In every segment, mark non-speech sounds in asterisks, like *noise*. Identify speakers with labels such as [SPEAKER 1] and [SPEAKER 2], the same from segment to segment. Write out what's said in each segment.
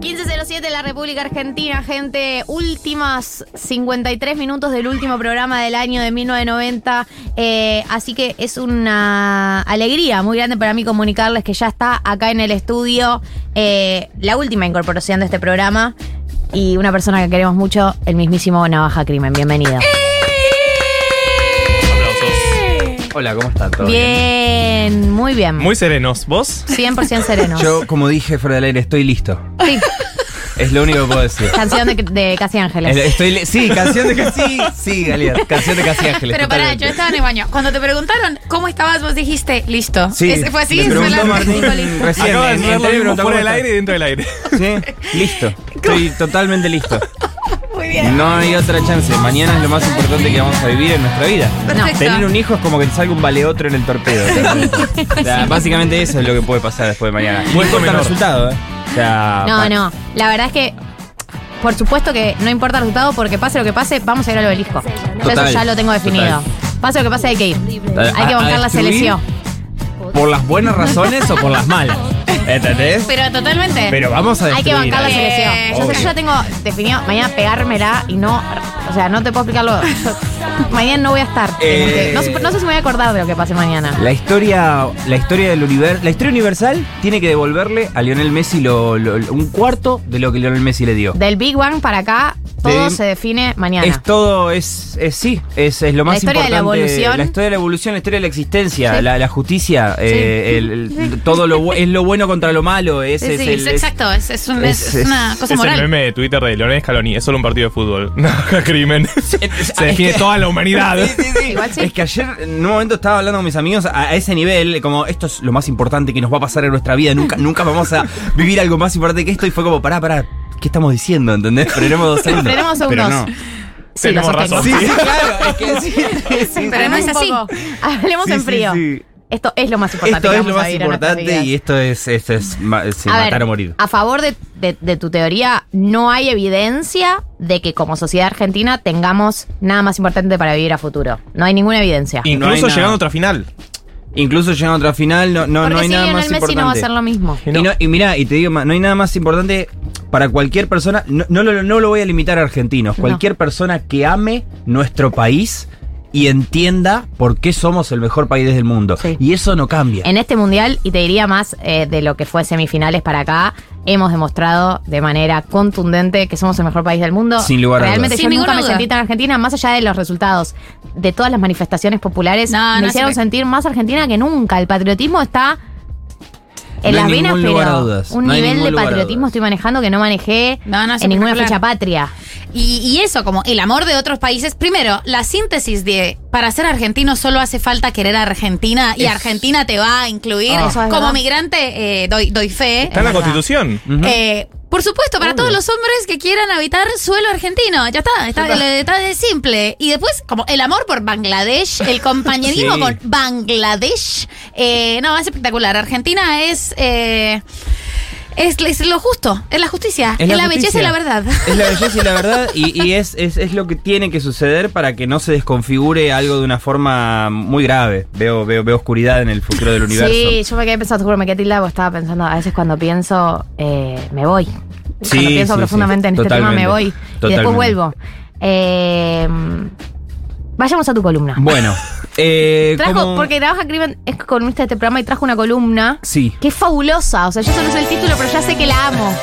[SPEAKER 1] 1507 de la República Argentina, gente. Últimas 53 minutos del último programa del año de 1990. Eh, así que es una alegría muy grande para mí comunicarles que ya está acá en el estudio eh, la última incorporación de este programa y una persona que queremos mucho, el mismísimo Navaja Crimen. Bienvenido.
[SPEAKER 2] Aplausos. Hola, ¿cómo están? ¿Todo
[SPEAKER 1] Bien, muy bien.
[SPEAKER 2] Muy serenos. ¿Vos?
[SPEAKER 1] 100% sereno.
[SPEAKER 3] Yo, como dije fuera del aire, estoy listo.
[SPEAKER 1] Sí,
[SPEAKER 3] Es lo único que puedo
[SPEAKER 1] *laughs*
[SPEAKER 3] decir.
[SPEAKER 1] canción de, de Casi Ángeles.
[SPEAKER 3] El- Estoy li- sí, canción de Casi. Sí, sí, Galia. Canción de Casi Ángeles.
[SPEAKER 4] Pero pará,
[SPEAKER 3] totalmente.
[SPEAKER 4] yo estaba en el baño. Cuando te preguntaron cómo estabas, vos dijiste, listo.
[SPEAKER 3] Sí,
[SPEAKER 4] Ese fue así,
[SPEAKER 3] le
[SPEAKER 4] fue
[SPEAKER 3] preguntó
[SPEAKER 4] la-
[SPEAKER 3] Martín
[SPEAKER 4] dijo, listo.
[SPEAKER 3] recién.
[SPEAKER 2] Acaba de
[SPEAKER 3] en-
[SPEAKER 2] decir
[SPEAKER 3] en
[SPEAKER 2] lo
[SPEAKER 3] Telegram,
[SPEAKER 2] mismo
[SPEAKER 3] ¿te
[SPEAKER 2] fuera del
[SPEAKER 3] acuerdas?
[SPEAKER 2] aire y dentro del aire.
[SPEAKER 3] Sí, listo. Estoy totalmente listo. Muy bien. No hay otra chance. Mañana es lo más importante que vamos a vivir en nuestra vida.
[SPEAKER 4] Perfecto.
[SPEAKER 3] Tener un hijo es como que te salga un valeotro en el torpedo. o sea, básicamente eso es lo que puede pasar después de mañana.
[SPEAKER 2] Vuelto
[SPEAKER 3] No importa el
[SPEAKER 2] menor.
[SPEAKER 3] resultado, ¿eh? O sea,
[SPEAKER 1] No,
[SPEAKER 3] pa-
[SPEAKER 1] no. La verdad es que, por supuesto que no importa el resultado, porque pase lo que pase, vamos a ir al obelisco. Yo
[SPEAKER 3] Total,
[SPEAKER 1] eso ya lo tengo definido.
[SPEAKER 3] total.
[SPEAKER 1] Pase lo que pase, hay que ir.
[SPEAKER 3] A-
[SPEAKER 1] Hay que
[SPEAKER 3] a
[SPEAKER 1] bancar la
[SPEAKER 3] destruir.
[SPEAKER 1] selección.
[SPEAKER 3] ¿Por las buenas razones o por las malas? ¿Entendés?
[SPEAKER 4] Pero totalmente. Eh,
[SPEAKER 3] Pero vamos a
[SPEAKER 1] Hay que
[SPEAKER 3] destruir
[SPEAKER 1] bancar la
[SPEAKER 3] algo.
[SPEAKER 1] selección. Yo sé,
[SPEAKER 3] Obvio.
[SPEAKER 1] Yo ya tengo definido mañana pegármela y no. O sea, no te puedo explicarlo. mañana no voy a estar.
[SPEAKER 3] Eh.
[SPEAKER 1] No, sé, no sé si me voy a acordar de lo que pase mañana.
[SPEAKER 3] La historia, la historia del universo, la historia universal tiene que devolverle a Lionel Messi lo- lo- lo- un cuarto de lo que Lionel Messi le dio.
[SPEAKER 1] Del Big Bang para acá, todo
[SPEAKER 3] De-
[SPEAKER 1] se define mañana.
[SPEAKER 3] Es todo, es, es- sí, es, es lo más
[SPEAKER 1] historia de
[SPEAKER 3] importante.
[SPEAKER 1] la evolución.
[SPEAKER 3] La historia de la evolución, la historia de la existencia,
[SPEAKER 1] Sí.
[SPEAKER 3] la, la justicia, eh, el- el- todo lo bu- es lo bueno contra lo malo, es,
[SPEAKER 4] Sí,
[SPEAKER 3] es
[SPEAKER 4] sí,
[SPEAKER 3] el-
[SPEAKER 4] es
[SPEAKER 3] es-
[SPEAKER 4] exacto, es, es un-
[SPEAKER 3] es-
[SPEAKER 4] es- es una cosa
[SPEAKER 2] es el
[SPEAKER 4] moral.
[SPEAKER 2] meme de Twitter de Leonel Scaloni. Es solo un partido de fútbol. No, crimen. Se define toda la humanidad.
[SPEAKER 3] Sí, sí, sí.
[SPEAKER 1] Igual sí.
[SPEAKER 3] Es que ayer en un momento estaba hablando con mis amigos a, a ese nivel, como esto es lo más importante que nos va a pasar en nuestra
[SPEAKER 1] *laughs*
[SPEAKER 3] vida, nunca, nunca vamos a vivir algo más importante que esto y fue como, pará, pará, ¿qué estamos diciendo? ¿Entendés? Frenemos dos segundos.
[SPEAKER 1] Frenemos segundos.
[SPEAKER 3] Pero no.
[SPEAKER 1] Sí,
[SPEAKER 2] Tenemos
[SPEAKER 1] lo sostengo.
[SPEAKER 2] razón.
[SPEAKER 1] *laughs*
[SPEAKER 3] Sí, sí, claro, es que sí, sí, sí.
[SPEAKER 4] Pero no es así.
[SPEAKER 1] Un poco. *laughs* Hablemos
[SPEAKER 3] Sí,
[SPEAKER 1] en
[SPEAKER 3] sí,
[SPEAKER 1] frío.
[SPEAKER 3] sí.
[SPEAKER 1] Esto es lo más importante.
[SPEAKER 3] Esto
[SPEAKER 1] que
[SPEAKER 3] es
[SPEAKER 1] vamos
[SPEAKER 3] lo
[SPEAKER 1] a
[SPEAKER 3] más
[SPEAKER 1] vivir en nuestras
[SPEAKER 3] importante
[SPEAKER 1] vidas.
[SPEAKER 3] y esto es, esto es ma- es
[SPEAKER 1] A
[SPEAKER 3] matar
[SPEAKER 1] ver,
[SPEAKER 3] o morir.
[SPEAKER 1] A favor de, de- de tu teoría, no hay evidencia de que como sociedad argentina tengamos nada más importante para vivir a futuro. No hay ninguna evidencia.
[SPEAKER 3] No hay
[SPEAKER 2] Incluso
[SPEAKER 3] nada.
[SPEAKER 2] llegando a otra final.
[SPEAKER 3] Incluso llegando a otra final, no, no,
[SPEAKER 1] Porque
[SPEAKER 3] no hay
[SPEAKER 1] si
[SPEAKER 3] nada
[SPEAKER 1] Lionel
[SPEAKER 3] más
[SPEAKER 1] Messi
[SPEAKER 3] importante.
[SPEAKER 1] no va a ser lo mismo.
[SPEAKER 3] Y, no- y mirá, y te digo, más, no hay nada más importante para cualquier persona, no, no lo, no lo voy a limitar a argentinos,
[SPEAKER 1] No.
[SPEAKER 3] cualquier persona que ame nuestro país y entienda por qué somos el mejor país del mundo.
[SPEAKER 1] Sí.
[SPEAKER 3] Y eso no cambia.
[SPEAKER 1] En este mundial, y te diría más eh, de lo que fue semifinales para acá, hemos demostrado de manera contundente que somos el mejor país del mundo.
[SPEAKER 3] Sin lugar a dudas.
[SPEAKER 1] Realmente yo
[SPEAKER 4] Sin
[SPEAKER 1] nunca
[SPEAKER 4] ninguna
[SPEAKER 1] me
[SPEAKER 4] duda.
[SPEAKER 1] sentí tan argentina, más allá de los resultados de todas las manifestaciones populares,
[SPEAKER 4] No,
[SPEAKER 1] me
[SPEAKER 4] no
[SPEAKER 1] hicieron
[SPEAKER 4] sirve.
[SPEAKER 1] sentir más argentina que nunca. El patriotismo está en
[SPEAKER 3] No
[SPEAKER 1] las
[SPEAKER 3] hay
[SPEAKER 1] venas,
[SPEAKER 3] ningún lugar a
[SPEAKER 1] pero
[SPEAKER 3] dudas.
[SPEAKER 1] un
[SPEAKER 3] No hay
[SPEAKER 1] nivel
[SPEAKER 3] ningún
[SPEAKER 1] de
[SPEAKER 3] lugar a
[SPEAKER 1] patriotismo
[SPEAKER 3] dudas.
[SPEAKER 1] estoy manejando que no manejé
[SPEAKER 4] No, no, es
[SPEAKER 1] en ninguna
[SPEAKER 4] espectacular.
[SPEAKER 1] fecha patria.
[SPEAKER 4] Y, y eso, como el amor de otros países. Primero, la síntesis de para ser argentino solo hace falta querer a Argentina y Argentina te va a incluir.
[SPEAKER 1] Ah. Eso es
[SPEAKER 4] Como
[SPEAKER 1] verdad.
[SPEAKER 4] migrante, eh, doy, doy fe.
[SPEAKER 2] Está en la
[SPEAKER 1] verdad.
[SPEAKER 2] constitución.
[SPEAKER 4] Eh, por supuesto, para todos los hombres que quieran habitar suelo argentino. Ya está, está, está de simple. Y después, como el amor por Bangladesh, el compañerismo *laughs*
[SPEAKER 3] Sí.
[SPEAKER 4] con Bangladesh. eh, no, es espectacular. Argentina es, eh, es, es lo justo, es la justicia, es, la, belleza
[SPEAKER 3] justicia.
[SPEAKER 4] y la verdad.
[SPEAKER 3] Es la belleza y la verdad, y, y es, es, es lo que tiene que suceder para que no se desconfigure algo de una forma muy grave. Veo, veo, veo oscuridad en el futuro del universo.
[SPEAKER 1] Sí, yo me quedé pensando, te juro, me quedé tildada porque estaba pensando, a veces cuando pienso, eh, me voy.
[SPEAKER 3] Sí,
[SPEAKER 1] Cuando pienso
[SPEAKER 3] sí,
[SPEAKER 1] profundamente
[SPEAKER 3] sí.
[SPEAKER 1] en este tema,
[SPEAKER 3] Totalmente.
[SPEAKER 1] me voy. Y
[SPEAKER 3] Totalmente.
[SPEAKER 1] después vuelvo. Eh, vayamos a tu columna.
[SPEAKER 3] Bueno, eh,
[SPEAKER 1] Trajo,
[SPEAKER 3] como-
[SPEAKER 1] porque Trabaja Crimen es columnista de este programa y trajo una columna
[SPEAKER 3] Sí.
[SPEAKER 1] que es fabulosa. O sea, yo solo sé el título, pero ya sé que la amo.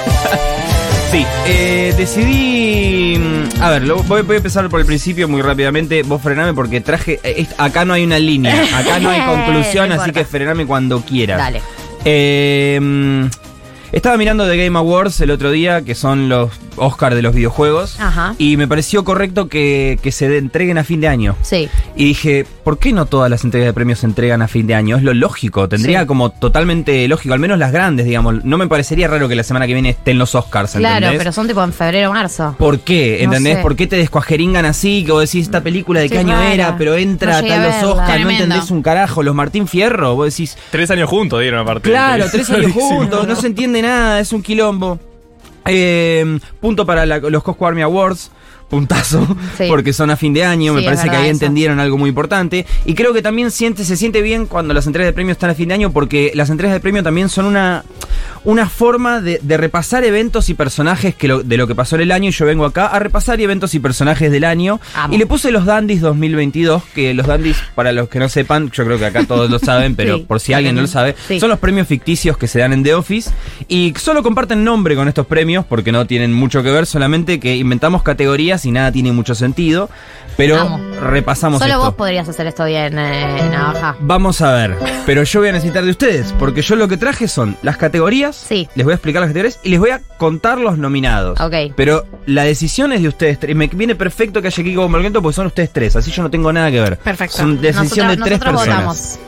[SPEAKER 3] Sí, eh, decidí. mm, A ver, lo, voy, voy a empezar por el principio muy rápidamente. Vos frename porque traje. eh, es- acá no hay una
[SPEAKER 1] *laughs*
[SPEAKER 3] línea, acá no hay conclusión,
[SPEAKER 1] No
[SPEAKER 3] así
[SPEAKER 1] importa.
[SPEAKER 3] que frename cuando quieras.
[SPEAKER 1] Dale.
[SPEAKER 3] Eh, mm, estaba mirando The Game Awards el otro día, que son los Oscar de los videojuegos.
[SPEAKER 1] Ajá.
[SPEAKER 3] Y me pareció correcto que, que se entreguen a fin de año.
[SPEAKER 1] Sí.
[SPEAKER 3] Y dije, ¿por qué no todas las entregas de premios se entregan a fin de año? Es lo lógico, tendría
[SPEAKER 1] Sí.
[SPEAKER 3] como totalmente lógico, al menos las grandes, digamos. No me parecería raro que la semana que viene estén los Oscars, ¿entendés?
[SPEAKER 1] Claro, pero son tipo en febrero o marzo.
[SPEAKER 3] ¿Por qué?
[SPEAKER 1] No
[SPEAKER 3] ¿Entendés?
[SPEAKER 1] sé.
[SPEAKER 3] ¿Por qué te descuajeringan así? Que vos decís, esta película de
[SPEAKER 1] Sí,
[SPEAKER 3] qué año
[SPEAKER 1] rara.
[SPEAKER 3] era, pero entra,
[SPEAKER 1] No llegué
[SPEAKER 3] tal
[SPEAKER 1] a
[SPEAKER 3] los
[SPEAKER 1] verla.
[SPEAKER 3] Oscars, no
[SPEAKER 4] Tremendo.
[SPEAKER 3] entendés un carajo. Los Martín Fierro, vos decís,
[SPEAKER 2] Tres años juntos dieron aparte.
[SPEAKER 3] Claro, tres años
[SPEAKER 2] Rarísimo.
[SPEAKER 3] juntos, no se entiende nada, es un quilombo. Eh, punto para la- los Cosco Army Awards. Puntazo,
[SPEAKER 1] Sí.
[SPEAKER 3] porque son a fin de año, me
[SPEAKER 1] Sí,
[SPEAKER 3] parece
[SPEAKER 1] es
[SPEAKER 3] que
[SPEAKER 1] verdad
[SPEAKER 3] ahí
[SPEAKER 1] eso.
[SPEAKER 3] entendieron algo muy importante. Y creo que también siente, se siente bien cuando las entregas de premios están a fin de año, porque las entregas de premios también son una, una forma de, de repasar eventos y personajes que lo- de lo que pasó en el año. Y yo vengo acá a repasar eventos y personajes del año.
[SPEAKER 1] Amo.
[SPEAKER 3] Y le puse los Dandies 2022, que los Dandies, para los que no sepan, yo creo que acá todos
[SPEAKER 1] *laughs*
[SPEAKER 3] lo saben, pero
[SPEAKER 1] Sí.
[SPEAKER 3] por si alguien no lo sabe,
[SPEAKER 1] Sí.
[SPEAKER 3] son los premios ficticios que se dan en The Office. Y solo comparten nombre con estos premios, porque no tienen mucho que ver, solamente que inventamos categorías y nada tiene mucho sentido. Pero
[SPEAKER 1] Amo.
[SPEAKER 3] repasamos
[SPEAKER 1] Solo
[SPEAKER 3] esto.
[SPEAKER 1] vos podrías hacer esto bien, eh, Navaja.
[SPEAKER 3] Vamos a ver, pero yo voy a necesitar de ustedes, porque yo lo que traje son las categorías,
[SPEAKER 1] Sí.
[SPEAKER 3] les voy a explicar las categorías y les voy a contar los nominados.
[SPEAKER 1] Ok.
[SPEAKER 3] Pero la decisión es de ustedes tres, y me viene perfecto que haya aquí como Malviento porque son ustedes tres, así yo no tengo nada que ver.
[SPEAKER 4] Perfecto.
[SPEAKER 3] Son decisión
[SPEAKER 1] Nosotras-
[SPEAKER 3] de tres
[SPEAKER 1] nosotros
[SPEAKER 3] personas.
[SPEAKER 1] votamos.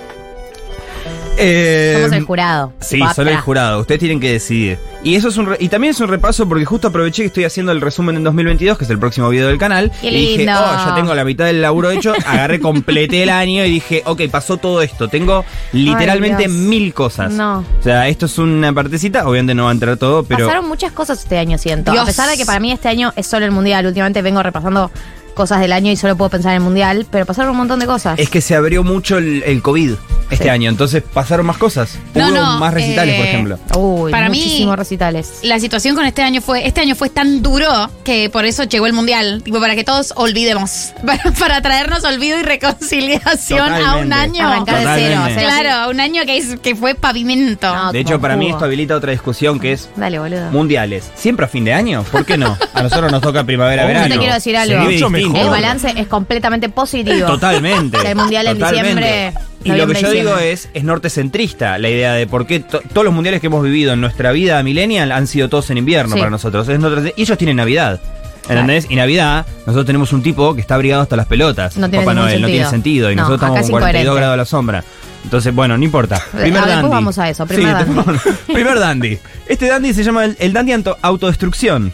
[SPEAKER 3] Eh,
[SPEAKER 1] Somos el jurado.
[SPEAKER 3] Sí,
[SPEAKER 1] Tipo,
[SPEAKER 3] solo el
[SPEAKER 1] apta.
[SPEAKER 3] jurado, ustedes tienen que decidir. Y eso es un re- y también es un repaso porque justo aproveché que estoy haciendo el resumen en 2022, que es el próximo video del canal,
[SPEAKER 1] Qué
[SPEAKER 3] y dije,
[SPEAKER 1] lindo.
[SPEAKER 3] "Oh, ya tengo la mitad del
[SPEAKER 1] *laughs*
[SPEAKER 3] laburo hecho." Agarré, completé el año y dije, ok, pasó todo esto, tengo literalmente
[SPEAKER 1] Dios.
[SPEAKER 3] mil cosas."
[SPEAKER 1] No.
[SPEAKER 3] O sea, esto es una partecita, obviamente no va a entrar todo, pero
[SPEAKER 1] Pasaron muchas cosas este año, siento. A
[SPEAKER 4] Dios.
[SPEAKER 1] pesar de que para mí este año es solo el mundial. Últimamente vengo repasando cosas del año y solo puedo pensar en el mundial, pero pasaron un montón de cosas.
[SPEAKER 3] es que se abrió mucho el, el COVID este
[SPEAKER 1] Sí.
[SPEAKER 3] año, entonces pasaron más cosas,
[SPEAKER 4] No,
[SPEAKER 3] Hubo
[SPEAKER 4] no,
[SPEAKER 3] más recitales, por
[SPEAKER 4] eh,
[SPEAKER 3] ejemplo.
[SPEAKER 1] Uy,
[SPEAKER 4] para mí-
[SPEAKER 1] muchísimos recitales.
[SPEAKER 4] La situación con este año fue, este año fue tan duro que por eso llegó el mundial, tipo para que todos olvidemos, *laughs* para, para traernos olvido y reconciliación a un
[SPEAKER 3] Totalmente.
[SPEAKER 4] año.
[SPEAKER 1] Arrancar de cero.
[SPEAKER 3] Totalmente.
[SPEAKER 1] hacer así.
[SPEAKER 4] Claro, a un año que, es, que fue pavimento.
[SPEAKER 1] No,
[SPEAKER 3] De
[SPEAKER 1] como
[SPEAKER 3] hecho, para mí
[SPEAKER 1] jugo.
[SPEAKER 3] esto habilita otra discusión que es
[SPEAKER 1] Dale, boludo.
[SPEAKER 3] Mundiales. ¿Siempre a fin de año? ¿Por qué no? A nosotros nos toca primavera,
[SPEAKER 2] Yo
[SPEAKER 3] verano.
[SPEAKER 1] te quiero decir
[SPEAKER 3] Se
[SPEAKER 1] algo.
[SPEAKER 3] vive
[SPEAKER 2] Mucho
[SPEAKER 3] distinto.
[SPEAKER 2] mejor.
[SPEAKER 1] El balance es completamente positivo. *laughs*
[SPEAKER 3] Totalmente.
[SPEAKER 1] Que el mundial en diciembre,
[SPEAKER 3] Y lo que
[SPEAKER 1] noviembre,
[SPEAKER 3] yo digo
[SPEAKER 1] diciembre.
[SPEAKER 3] es, es nortecentrista la idea de por qué to- todos los mundiales que hemos vivido en nuestra vida millennial han sido todos en invierno
[SPEAKER 1] Sí.
[SPEAKER 3] para nosotros. Es nortecen- y ellos tienen Navidad. ¿Entendés? Y Navidad, nosotros tenemos un tipo que está abrigado hasta las pelotas.
[SPEAKER 1] No tiene
[SPEAKER 3] Papá
[SPEAKER 1] ningún
[SPEAKER 3] Noel, no tiene
[SPEAKER 1] sentido.
[SPEAKER 3] sentido. Y
[SPEAKER 1] No,
[SPEAKER 3] nosotros
[SPEAKER 1] acá
[SPEAKER 3] estamos
[SPEAKER 1] es
[SPEAKER 3] con 42
[SPEAKER 1] incoherente.
[SPEAKER 3] grados a la sombra. Entonces, bueno, no importa. Primer
[SPEAKER 1] Ah, después
[SPEAKER 3] dandy.
[SPEAKER 1] vamos a eso, primer dandy.
[SPEAKER 3] después vamos- *laughs* primer dandy. Este dandy se llama el, el dandy anto- autodestrucción,